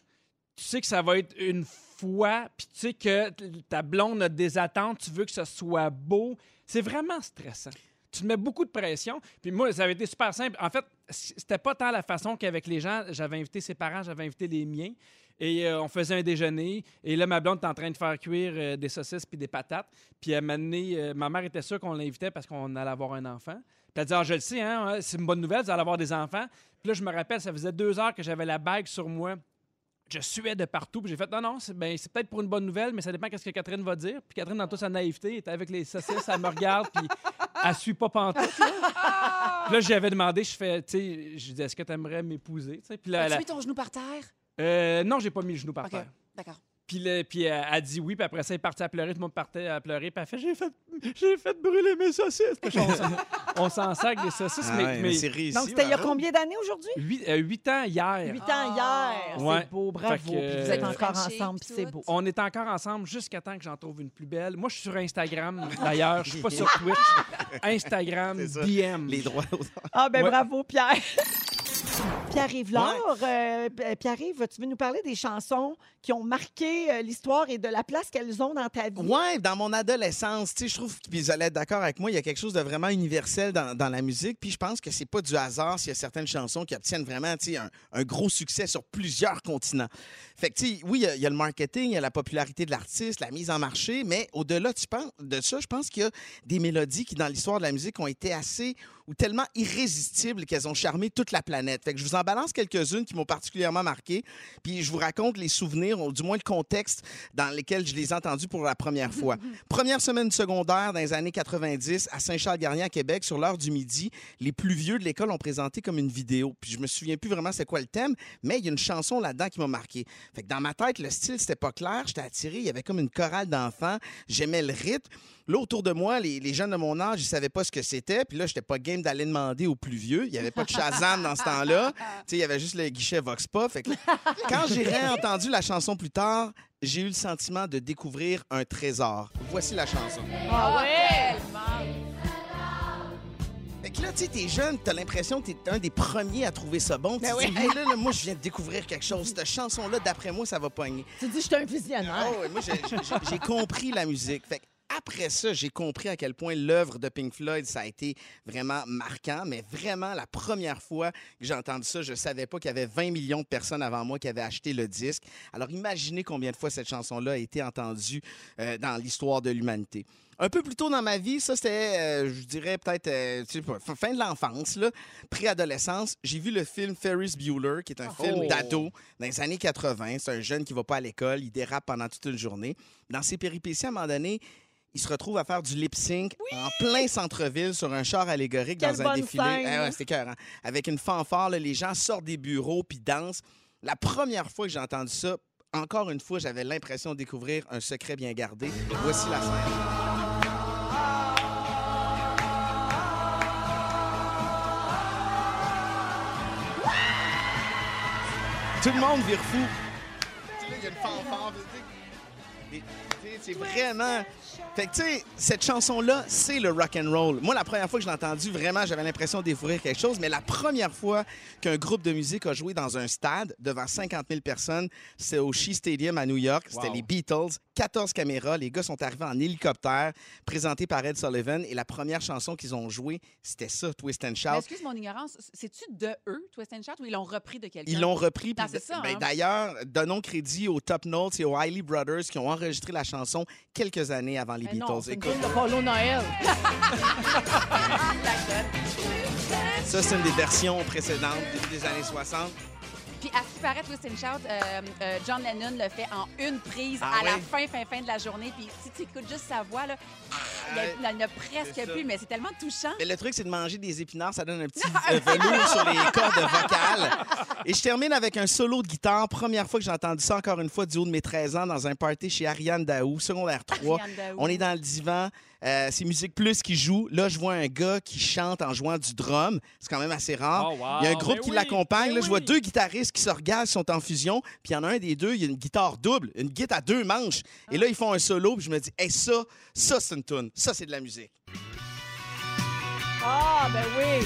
tu sais que ça va être une fois, puis tu sais que t- ta blonde a des attentes, tu veux que ce soit beau. C'est vraiment stressant. Tu te mets beaucoup de pression. Puis moi, ça avait été super simple. En fait, c- c'était pas tant la façon qu'avec les gens. J'avais invité ses parents, j'avais invité les miens. Et euh, on faisait un déjeuner. Et là, ma blonde était en train de faire cuire euh, des saucisses puis des patates. Puis à un moment donné, euh, ma mère était sûre qu'on l'invitait parce qu'on allait avoir un enfant. Puis elle dit, ah, je le sais, hein, hein, c'est une bonne nouvelle, vous allez avoir des enfants. Puis là, je me rappelle, ça faisait deux heures que j'avais la bague sur moi. Je suais de partout. Puis j'ai fait, non, non, c'est ben, c'est peut-être pour une bonne nouvelle, mais ça dépend qu'est-ce que Catherine va dire. Puis Catherine, dans toute sa naïveté, était avec les saucisses, elle me regarde, puis elle suit pas pantoute. Là, Puis là j'avais demandé, je fais, tu sais, je dis, est-ce que t'aimerais m'épouser? Tu sais, Puis là, elle As-tu a- mis ton genou par terre? Euh, non, j'ai pas mis le genou par Ah, OK. terre. D'accord. Puis, là, puis elle, elle dit oui, puis après ça, elle est partie à pleurer, tout le monde partait à pleurer, puis elle fait J'ai fait, j'ai fait brûler mes saucisses. Puis on s'en- on s'en sac des Ah saucisses, mais, mais c'est réussi. Donc, c'était il y a bravo. combien d'années aujourd'hui? huit, euh, huit ans hier. Huit ans Ah. hier. Ouais. C'est beau, bravo. Fait que, Puis vous euh, êtes encore Frenchie, ensemble, puis puis c'est tout. beau. On est encore ensemble jusqu'à temps que j'en trouve une plus belle. Moi, je suis sur Instagram, d'ailleurs. Je suis pas sur Twitch. Instagram, C'est ça. DM. Les droits aux Ah, ben Ouais. bravo, Pierre. Pierre-Yves Laure, euh, euh, Pierre-Yves, tu veux nous parler des chansons qui ont marqué euh, l'histoire et de la place qu'elles ont dans ta vie? Ouais, dans mon adolescence, tu sais, je trouve que vous allez être d'accord avec moi, il y a quelque chose de vraiment universel dans, dans la musique, puis je pense que c'est pas du hasard s'il y a certaines chansons qui obtiennent vraiment, tu sais, un, un gros succès sur plusieurs continents. Fait que, tu sais, oui, il y a- il y, a le marketing, il y a la popularité de l'artiste, la mise en marché, mais au-delà tu penses- de ça, je pense qu'il y a des mélodies qui, dans l'histoire de la musique, ont été assez ou tellement irrésistibles qu'elles ont charmé toute la planète. Fait que je vous en balance quelques-unes qui m'ont particulièrement marqué, puis je vous raconte les souvenirs, ou du moins le contexte dans lesquels je les ai entendus pour la première fois. Première semaine secondaire dans les années 90 à Saint-Charles-Garnier à Québec, sur l'heure du midi, les plus vieux de l'école ont présenté comme une vidéo. Puis je me souviens plus vraiment c'est quoi le thème, mais il y a une chanson là-dedans qui m'a marqué. Fait que dans ma tête, le style c'était pas clair, j'étais attiré, il y avait comme une chorale d'enfants, j'aimais le rythme. Là, autour de moi, les, les jeunes de mon âge, ils savaient pas ce que c'était. Puis là, j'étais pas game d'aller demander aux plus vieux. Il y avait pas de Shazam dans ce temps-là. Tu sais, il y avait juste le guichet Vox Pop. Fait que quand j'ai réentendu la chanson plus tard, j'ai eu le sentiment de découvrir un trésor. Voici la chanson. Ah ouais! Fait que là, tu sais, t'es jeune, t'as l'impression que t'es un des premiers à trouver ça bon. Tu Ben te dis, oui. Hey, là, là, moi, je viens de découvrir quelque chose. Cette chanson-là, d'après moi, ça va pogner. Tu dis, je suis un visionnaire. Oh, et moi, j'ai- j'ai j'ai compris la musique. Fait que après ça, j'ai compris à quel point l'œuvre de Pink Floyd, ça a été vraiment marquant. Mais vraiment, la première fois que j'ai entendu ça, je savais pas qu'il y avait 20 millions de personnes avant moi qui avaient acheté le disque. Alors imaginez combien de fois cette chanson-là a été entendue euh, dans l'histoire de l'humanité. Un peu plus tôt dans ma vie, ça c'était, euh, je dirais peut-être euh, tu sais pas, fin- fin de l'enfance, là, préadolescence, j'ai vu le film Ferris Bueller, qui est un film d'ado dans les années 80. C'est un jeune qui va pas à l'école, il dérape pendant toute une journée. Dans ses péripéties, à un moment donné, il se retrouve à faire du lip sync en plein centre-ville sur un char allégorique Quelle dans un bonne défilé. scène! Ah ouais, c'était écœurant. Avec une fanfare, là, les gens sortent des bureaux puis dansent. La première fois que j'ai entendu ça, encore une fois, j'avais l'impression de découvrir un secret bien gardé. Voici la scène. Tout le monde vire fou. Tu sais, là, Il y a une fanfare. puis tu sais, tu sais, C'est vraiment. Fait que, tu sais, cette chanson-là, c'est le rock and roll. Moi, la première fois que je l'ai entendue, vraiment, j'avais l'impression découvrir quelque chose, mais la première fois qu'un groupe de musique a joué dans un stade devant 50 000 personnes, c'était au Shea Stadium à New York. C'était Wow. les Beatles 14 caméras. Les gars sont arrivés en hélicoptère, présentés par Ed Sullivan. Et la première chanson qu'ils ont jouée, c'était ça, Twist and Mais Shout. Excuse mon ignorance, c'est-tu de eux, Twist and Shout, ou ils l'ont repris de quelqu'un? Ils l'ont repris. Non, puis c'est ça, ben, hein. D'ailleurs, donnons crédit aux Top Notes et aux Hiley Brothers qui ont enregistré la chanson quelques années avant les Mais Beatles. Ben non, c'est une Écoute, tune de Polo Noël. ça, c'est une des versions précédentes début des années 60. Puis à ce qui paraît, Twist and Shout, euh, euh, John Lennon le fait en une prise Ah à la oui? fin, fin, fin de la journée. Puis si tu écoutes juste sa voix, là, il ouais, y en a c'est presque ça. plus, mais c'est tellement touchant. Mais le truc, c'est de manger des épinards. Ça donne un petit euh, velours sur les cordes vocales. Et je termine avec un solo de guitare. Première fois que j'ai entendu ça, encore une fois, du haut de mes 13 ans, dans un party chez Ariane Daou, secondaire 3. Ariane Daou. On est dans le divan. euh, c'est Musique Plus qui joue. Là, je vois un gars qui chante en jouant du drum. C'est quand même assez rare. Oh, wow. Il y a un groupe Ben qui oui, l'accompagne. ben Là, Je vois oui. deux guitaristes qui se regardent, qui sont en fusion. Puis il y en a un des deux, il y a une guitare double, une guitare à deux manches. Ah. Et là, ils font un solo. Puis je me dis, hey, ça, ça, c'est une tune. Ça, c'est de la musique. Ah, ben oui!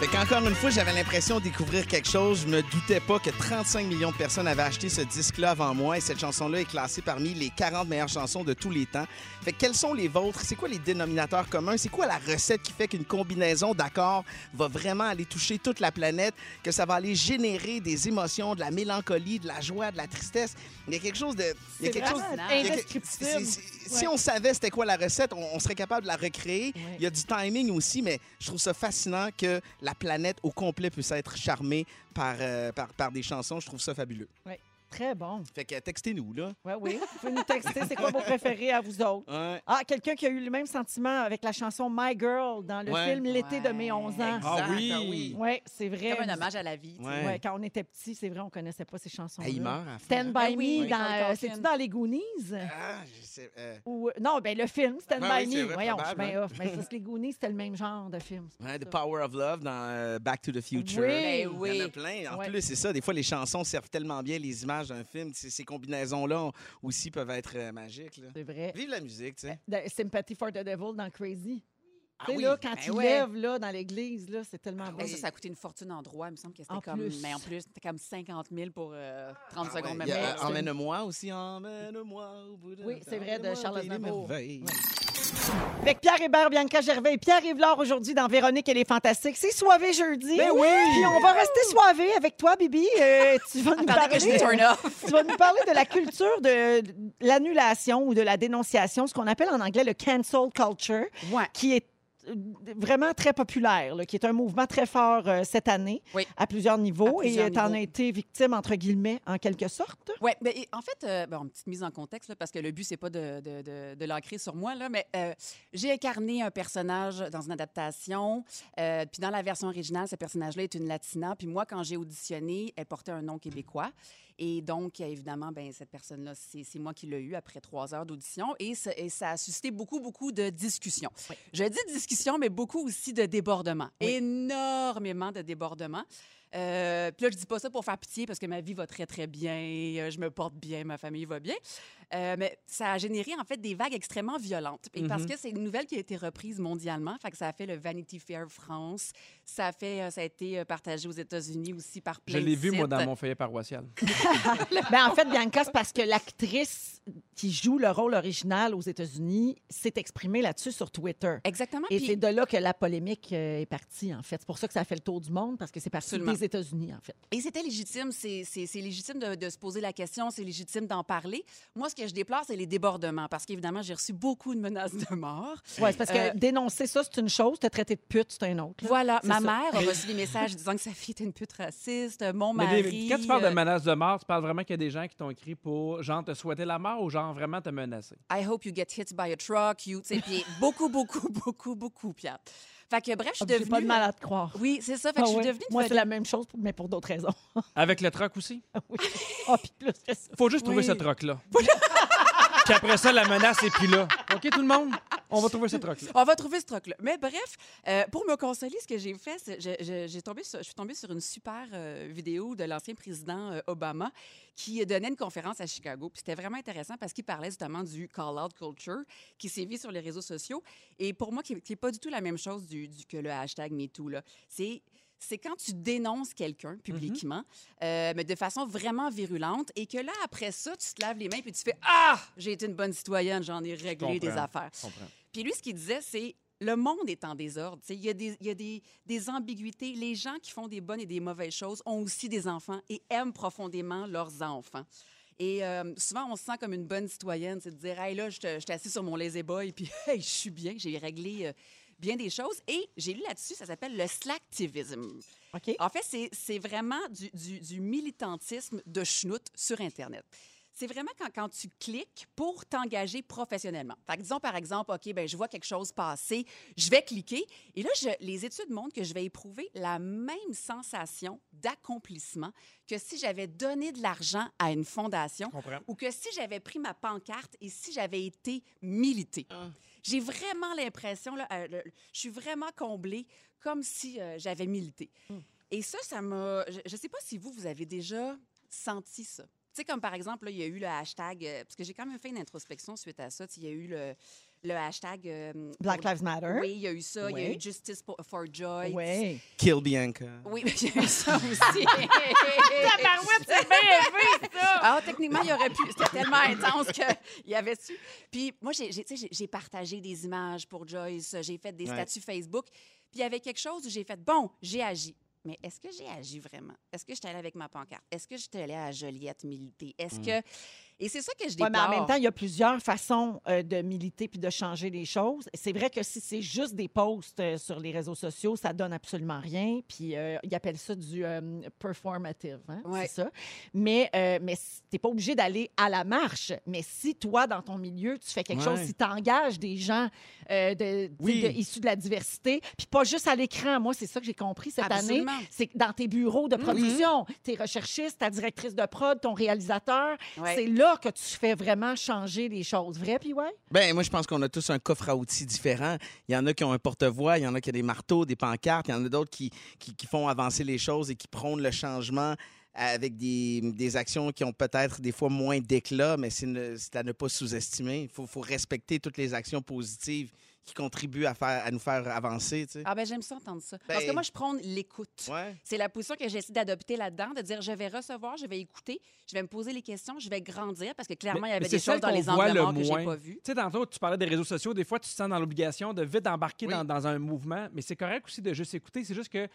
Fait qu'encore une fois, j'avais l'impression de découvrir quelque chose. Je me doutais pas que 35 millions de personnes avaient acheté ce disque-là avant moi et cette chanson-là est classée parmi les 40 meilleures chansons de tous les temps. Fait que quels sont les vôtres? C'est quoi les dénominateurs communs? C'est quoi la recette qui fait qu'une combinaison d'accords va vraiment aller toucher toute la planète, que ça va aller générer des émotions, de la mélancolie, de la joie, de la tristesse? Il y a quelque chose de... Il y a C'est quelque chose... vraiment il y a que- indescriptible. c'est- c'est- Si on savait c'était quoi la recette, on, on serait capable de la recréer. Ouais. Il y a du timing aussi, mais je trouve ça fascinant que la planète au complet puisse être charmée par, euh, par, par des chansons. Je trouve ça fabuleux. Très bon. Fait que textez-nous, là. Oui, oui. Vous pouvez nous texter, c'est quoi vos préférés à vous autres? Ouais. Ah, quelqu'un qui a eu le même sentiment avec la chanson My Girl dans le Ouais. film L'été de mes 11 ans. Ah oui. Oui, c'est vrai. Comme un hommage à la vie. tu sais. Ouais. Ouais, quand on était petit, c'est vrai, on connaissait pas ces chansons. Hey, il meurt à la fin. Stand Ah by me, oui, oui. Michael dans, euh, Caine. c'est-tu dans les Goonies? Ah, je sais. euh, Ou, non, ben le film, Stand Ben by oui, c'est Me. vrai, Voyons, je suis probable, hein. bien off. Mais ça, c'est les Goonies, c'était le même genre de film. ouais, The Power of Love dans euh, Back to the Future. Oui. Mais Il y en Ben oui. a plein. En Ouais. plus, c'est ça. Des fois, les chansons servent tellement bien les images d'un film. Ces ces combinaisons-là ont- aussi peuvent être euh, magiques. Là. C'est vrai. Vive la musique, tu sais. De- Sympathy for the Devil dans Crazy. Ben, Ah tu sais, oui. là, quand Ben tu ouais. lèves là, dans l'église, là, c'est tellement Mais bon. ça, ça a coûté une fortune en droit. Il me semble que En c'était comme. plus. Mais en plus, c'était comme 50 000 pour euh, 30 Ah ouais, secondes. il y a, même euh, pas. Emmène-moi aussi, emmène-moi au bout de Oui, c'est vrai, de Charles Aznavour. merveilles. Avec Pierre Hébert, Bianca Gervais et Pierre Yvelard aujourd'hui dans Véronique et les Fantastiques. C'est soivé jeudi. Ben oui! Puis on va rester soivé avec toi, Bibi. Euh, tu vas nous Attendez que je les turn parler. off. Tu vas nous parler de la culture de l'annulation ou de la dénonciation, ce qu'on appelle en anglais le cancel culture, Ouais. qui est euh, vraiment très populaire, là, qui est un mouvement très fort euh, cette année Oui. à plusieurs niveaux. À plusieurs et tu en niveaux. as été victime, entre guillemets, en quelque sorte. Oui, mais et- en fait, euh, bon, petite mise en contexte, là, parce que le but, c'est pas de, de, de, de l'ancrer sur moi, là, mais euh, j'ai incarné un personnage dans une adaptation. euh, puis dans la version originale, ce personnage-là est une Latina. Puis moi, quand j'ai auditionné, elle portait un nom québécois. Et donc, euh, évidemment, ben, cette personne-là, c'est c'est moi qui l'ai eu après trois heures d'audition. Et, ça- et ça a suscité beaucoup, beaucoup de discussions. Je dis discussions, mais beaucoup aussi de débordements. Énormément de débordements. Euh, puis là, je dis pas ça pour faire pitié parce que ma vie va très, très bien, euh, je me porte bien, ma famille va bien. Euh, mais ça a généré, en fait, des vagues extrêmement violentes. Et Mm-hmm. parce que c'est une nouvelle qui a été reprise mondialement, fait que ça a fait le Vanity Fair France, ça a, fait, euh, ça a été euh, partagé aux États-Unis aussi par Je plein l'ai vu, de moi, dans sites. mon feuillet paroissial. Ben, en fait, Bianca, c'est parce que l'actrice qui joue le rôle original aux États-Unis s'est exprimée là-dessus sur Twitter. Exactement. Et Ah, puis- c'est de là que la polémique euh, est partie, en fait. C'est pour ça que ça a fait le tour du monde, parce que c'est parti Absolument. des États-Unis, en fait. Et c'était légitime, c'est c'est- c'est légitime de, de se poser la question, c'est légitime d'en parler. Moi, ce que je déplore, c'est les débordements, parce qu'évidemment, j'ai reçu beaucoup de menaces de mort. Ouais, c'est parce que Euh, dénoncer ça, c'est une chose, te traiter de pute, c'est un autre. là. Voilà, C'est ma ça. mère a reçu des messages disant que sa fille était une pute raciste, mon Mais mari... des- quand tu parles de euh, menaces de mort, tu parles vraiment qu'il y a des gens qui t'ont écrit pour genre te souhaiter la mort ou genre vraiment te menacer. euh, I hope you get hit by a truck, you... Tu sais, puis beaucoup, beaucoup, beaucoup, beaucoup, Pierre. Fait que bref, je suis Ah, J'ai devenue... pas de mal à te croire. Oui, c'est ça, fait que Ah je suis ouais. devenue... une Moi, c'est vedette. la même chose, mais pour d'autres raisons. Avec le troc aussi. oui. Ah, puis plus que ça. Faut juste trouver Oui. ce troc-là. Puis après ça, la menace est plus là. OK, tout le monde? On va trouver ce troc-là. On va trouver ce truc-là. Mais bref, euh, pour me consoler, ce que j'ai fait, c'est- je, je- j'ai tombé sur- je suis tombée sur une super euh, vidéo de l'ancien président euh, Obama qui donnait une conférence à Chicago. Puis c'était vraiment intéressant parce qu'il parlait justement du call-out culture qui sévit sur les réseaux sociaux. Et pour moi, qui n'est pas du tout la même chose du, du- que le hashtag MeToo. là. C'est c'est quand tu dénonces quelqu'un publiquement, euh, mais de façon vraiment virulente, et que là, après ça, tu te laves les mains puis tu fais Ah, j'ai été une bonne citoyenne, j'en ai réglé des comprends. affaires. Je comprends. Puis lui, ce qu'il disait, c'est le monde est en désordre. Tu sais, Il y a, des, il y a des, des ambiguïtés. Les gens qui font des bonnes et des mauvaises choses ont aussi des enfants et aiment profondément leurs enfants. Et euh, souvent, on se sent comme une bonne citoyenne, c'est de dire, hey, là, je te- je t'ai assis sur mon lazy boy, puis hey, je suis bien, j'ai réglé euh, bien des choses. Et j'ai lu là-dessus, ça s'appelle le slacktivisme. OK? En fait, c'est- c'est vraiment du, du- du militantisme de schnout sur Internet. C'est vraiment quand, quand tu cliques pour t'engager professionnellement. Fait que disons, par exemple, OK, ben, je vois quelque chose passer, je vais cliquer. Et là, je- les études montrent que je vais éprouver la même sensation d'accomplissement que si j'avais donné de l'argent à une fondation Je comprends. ou que si j'avais pris ma pancarte et si j'avais été milité. Ah. J'ai vraiment l'impression, là, euh, le- je suis vraiment comblée comme si euh, j'avais milité. Hmm. Et ça, ça m'a. Je ne sais pas si vous, vous avez déjà senti ça. Tu sais, comme par exemple, là, il y a eu le hashtag, euh, parce que j'ai quand même fait une introspection suite à ça, tu sais, il y a eu le, le hashtag. euh, Black pour- Lives Matter. Oui, il y a eu ça, il y a Oui. eu Justice for, for Joy. Oui. Kill Bianca. Oui, mais j'ai eu ça aussi. Tabarouette, c'est bien ça! Alors, Ah, techniquement, il aurait pu. C'était tellement intense qu'il y avait su. Puis moi, j'ai- j'ai- tu sais, j'ai j'ai partagé des images pour Joyce, j'ai fait des Ouais. statuts Facebook. Puis il y avait quelque chose où j'ai fait, bon, j'ai agi. Mais est-ce que j'ai agi vraiment? Est-ce que j'étais allée avec ma pancarte? Est-ce que j'étais allée à Joliette militer? Mm. Est-ce que... Et c'est ça que je Ouais, déplore. mais en même temps, il y a plusieurs façons euh, de militer puis de changer les choses. C'est vrai que si c'est juste des posts euh, sur les réseaux sociaux, ça donne absolument rien. Puis euh, ils appellent ça du euh, performative, hein, Ouais. c'est ça. Mais, euh, mais si- t'es pas obligé d'aller à la marche. Mais si toi, dans ton milieu, tu fais quelque chose, Ouais. si t'engages des gens euh, de, Oui. de- issus de la diversité, puis pas juste à l'écran. Moi, c'est ça que j'ai compris cette année Absolument. Mm-hmm. c'est que dans tes bureaux de production, tes recherchistes, ta directrice de prod, ton réalisateur, Ouais. c'est là que tu fais vraiment changer les choses. Vrai, puis ouais? Ben, moi, je pense qu'on a tous un coffre à outils différent. Il y en a qui ont un porte-voix, il y en a qui ont des marteaux, des pancartes, il y en a d'autres qui, qui, qui font avancer les choses et qui prônent le changement avec des, des actions qui ont peut-être des fois moins d'éclat, mais c'est ne- c'est à ne pas sous-estimer. Il faut, faut respecter toutes les actions positives qui contribuent à, faire, à nous faire avancer. Tu sais. Ah ben j'aime ça entendre ça. Parce que Ben- moi, je prône l'écoute. Ah. Ouais. C'est la position que j'essaie d'adopter là-dedans, de dire je vais recevoir, je vais écouter, je vais me poser les questions, je vais grandir parce que clairement il y Mais- mais avait des c'est choses celle dans qu'on les voit angles le morts que j'ai moins. pas vu. Tu sais, tantôt, tu parlais des réseaux sociaux. Des fois, tu te sens dans l'obligation de vite embarquer Oui. dans, dans un mouvement. Mais c'est correct aussi de juste écouter. C'est juste que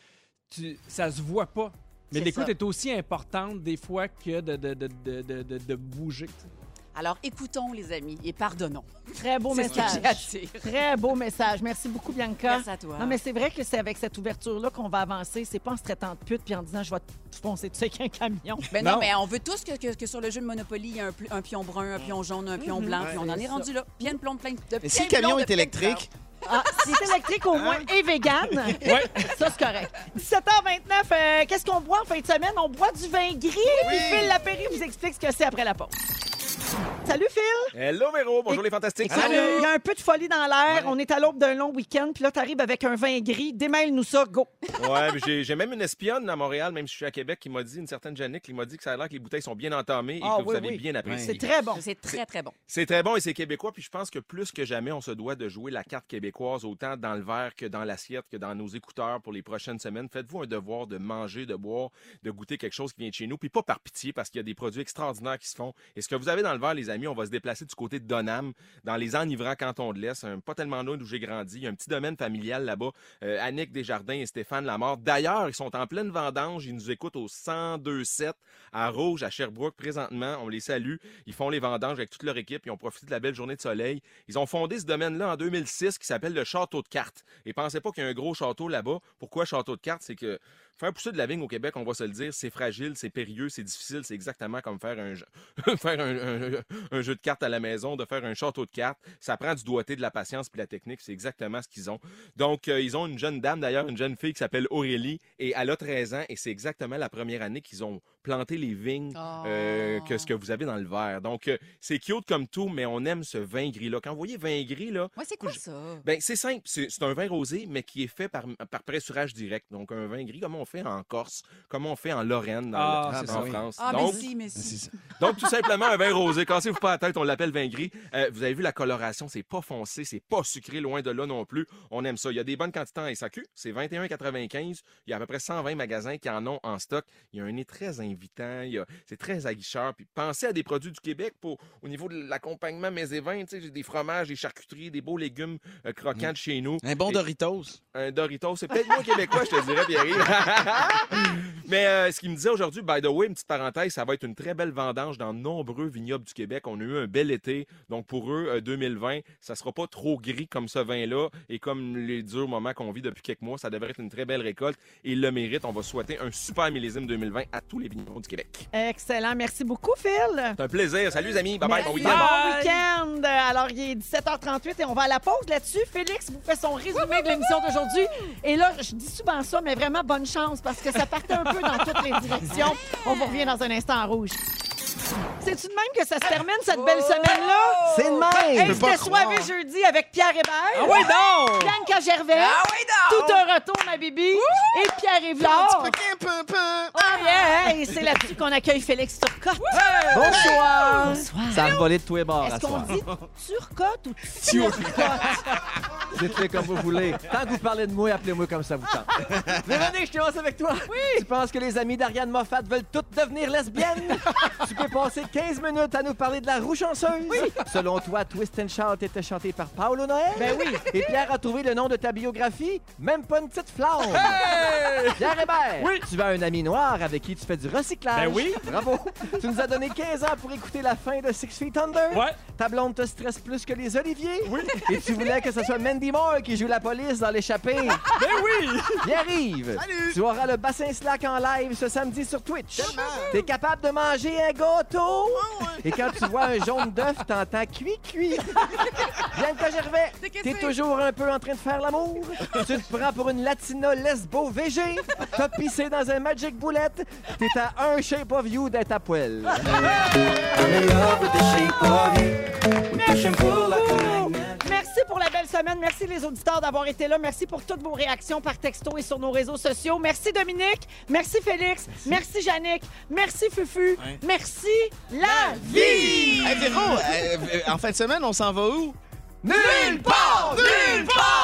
tu, ça se voit pas. Mais C'est l'écoute ça. est aussi importante des fois que de, de, de, de, de, de- de bouger. tu sais. Alors écoutons les amis et pardonnons. Très beau C'est ce que j'ai à message. dire. Très beau message. Merci beaucoup, Bianca. Merci à toi. Non, mais c'est vrai que c'est avec cette ouverture-là qu'on va avancer. C'est pas en se traitant de pute puis en disant je vais te foncer dessus avec un camion. Ben non, Non. mais on veut tous que, que- que sur le jeu de Monopoly, il y a un, pl- un pion brun, un pion jaune, un Mhm. pion blanc, puis on en est rendu là. Bien une plombe plein de Mais plein si le de camion blondes, est plein de électrique, Ah, si c'est électrique au moins Hein? et vegan, ça c'est correct. 17h29, euh, qu'est-ce qu'on boit en fin de semaine? On boit du vin gris. Puis Phil Lapéry vous explique ce que c'est après la pause. Salut Phil! Hello Véro, bonjour les fantastiques. Écoute, Il y a un peu de folie dans l'air. On est à l'aube d'un long week-end. Puis là, t'arrives avec un vin gris. Démêle-nous ça. Go. Ouais, puis j'ai- j'ai même une espionne à Montréal, même si je suis à Québec, qui m'a dit, une certaine Jannick, qui m'a dit que ça a l'air que les bouteilles sont bien entamées et Ah, que vous oui, avez oui. bien apprécié. C'est très bon. fleurs. C'est très, très bon. C'est très bon et c'est québécois, puis je pense que plus que jamais, on se doit de jouer la carte québécoise autant dans le verre que dans l'assiette, que dans nos écouteurs pour les prochaines semaines. Faites-vous un devoir de manger, de boire, de goûter quelque chose qui vient de chez nous, puis pas par pitié, parce qu'il y a des produits extraordinaires qui se font. Et ce que vous avez dans le verre, les amis, on va se déplacer du côté de Donham, dans les enivrants cantons de l'Est, un- pas tellement loin d'où j'ai grandi. Il y a un petit domaine familial là-bas, euh, Annick Desjardins et Stéphane Lamar. D'ailleurs, ils sont en pleine vendange, ils nous écoutent au 102.7 à Rouge, à Sherbrooke, présentement. On les salue. Ils font les vendanges avec toute leur équipe. Ils ont profité de la belle journée de soleil. Ils ont fondé ce domaine-là en 2006 qui s'appelle le Château de Cartes. Et pensez pas qu'il y a un gros château là-bas. Pourquoi Château de Cartes? C'est que faire pousser de la vigne au Québec, on va se le dire, c'est fragile, c'est périlleux, c'est difficile. C'est exactement comme faire un jeu, faire un, un- un jeu de cartes à la maison, de faire un château de cartes. Ça prend du doigté, de la patience puis de la technique. C'est exactement ce qu'ils ont. Donc, euh, ils ont une jeune dame, d'ailleurs, une jeune fille qui s'appelle Aurélie. Et elle a 13 ans. Et c'est exactement la première année qu'ils ont planté les vignes euh, que ce que vous avez dans le verre. Donc, euh, c'est cute comme tout, mais on aime ce vin gris-là. Quand vous voyez vin gris, là, Ouais, c'est quoi Ah. ça? ben, c'est simple. C'est c'est un vin rosé, mais qui est fait par, par pressurage direct. Donc, un vin gris, comme on fait en Corse, comme on fait en Lorraine, dans le- Ah, c'est en ça. France. Ah, Donc, mais si, mais si. Donc, tout simplement, un vin rosé. Cassez-vous pas la tête, on l'appelle vin gris. Euh, vous avez vu la coloration, c'est pas foncé, c'est pas sucré, loin de là non plus. On aime ça. Il y a des bonnes quantités en SAQ, c'est 21,95. Il y a à peu près 120 magasins qui en ont en stock. Il y a un nez très invitant, il y a- c'est très aguicheur. Puis pensez à des produits du Québec pour au niveau de l'accompagnement mes et vins, tu sais, j'ai des fromages, des charcuteries, des beaux légumes euh, croquants de chez nous Un bon Et- Doritos. un Doritos. C'est peut-être moins québécois, je te dirais, Pierre. Mais euh, ce qu'il me disait aujourd'hui, by the way, une petite parenthèse, ça va être une très belle vendange dans de nombreux vignobles du Québec. On a eu un bel été. Donc, pour eux, euh, 2020, ça sera pas trop gris comme ce vin-là et comme les durs moments qu'on vit depuis quelques mois. Ça devrait être une très belle récolte et ils le méritent. On va souhaiter un super millésime 2020 à tous les vignerons du Québec. Excellent. Merci beaucoup, Phil. C'est un plaisir. Salut, les amis. Bye-bye. Bon Merci, week-end. bon week-end. Alors, il est 17h38 et on va à la pause là-dessus. Félix vous fait son résumé de l'émission d'aujourd'hui. Et là, je dis souvent ça, mais vraiment bonne chance parce que ça partait un peu dans toutes les directions. On vous revient dans un instant en rouge. C'est-tu de même que ça se termine, cette belle semaine-là? C'est de même! Hey, peux pas c'était soirée croire. jeudi avec Pierre Hébert. Ah oui, donc! Ah Bianca Gervais. Tout un retour, ma bibi. Et Pierre Hébert. Ah, yeah, hey, c'est là-dessus qu'on accueille Félix Turcotte. Bonsoir! Bonsoir. Ça a volé de tous les bords à Est-ce qu'on soir. dit Turcotte ou Turcotte? Dites-le comme vous voulez. Tant que vous parlez de moi, appelez-moi comme ça vous tente. Véronique, je commence avec toi. Oui. Tu penses que les amis d'Ariane Moffat veulent toutes devenir lesbiennes? tu peux passer 15 minutes à nous parler de la roue chanceuse. Oui. Selon toi, Twist and Shout était chanté par Paolo Noël. Ben oui. Et Pierre a trouvé le nom de ta biographie, même pas une petite flamme. Pierre Hébert, oui. tu as un ami noir avec qui tu fais du recyclage. Ben oui. Bravo. tu nous as donné 15 ans pour écouter la fin de Six Feet Under. Ouais. Ta blonde te stresse plus que les oliviers. Oui. Et tu voulais que ce soit Mandy Moore qui joue la police dans l'échappée. Ben oui! J'y arrive! Tu auras le bassin slack en live ce samedi sur Twitch. T'es capable de manger un gâteau. Et quand tu vois un jaune d'œuf, t'entends cuit-cuit. Bianca Gervais, C'est que t'es c'est- toujours un peu en train de faire l'amour. tu te prends pour une latina lesbo VG. T'as pissé dans un Magic Bullet. T'es à un shape of you d'être à poil. Merci pour la belle semaine. Merci les auditeurs d'avoir été là. Merci pour toutes vos réactions par texto et sur nos réseaux sociaux. Merci Dominique. Merci Félix. Merci, Yannick. Merci Fufu. Merci la vie. Hey, Véro, euh, euh, en fin de semaine, on s'en va où? Nulle part! Nulle part!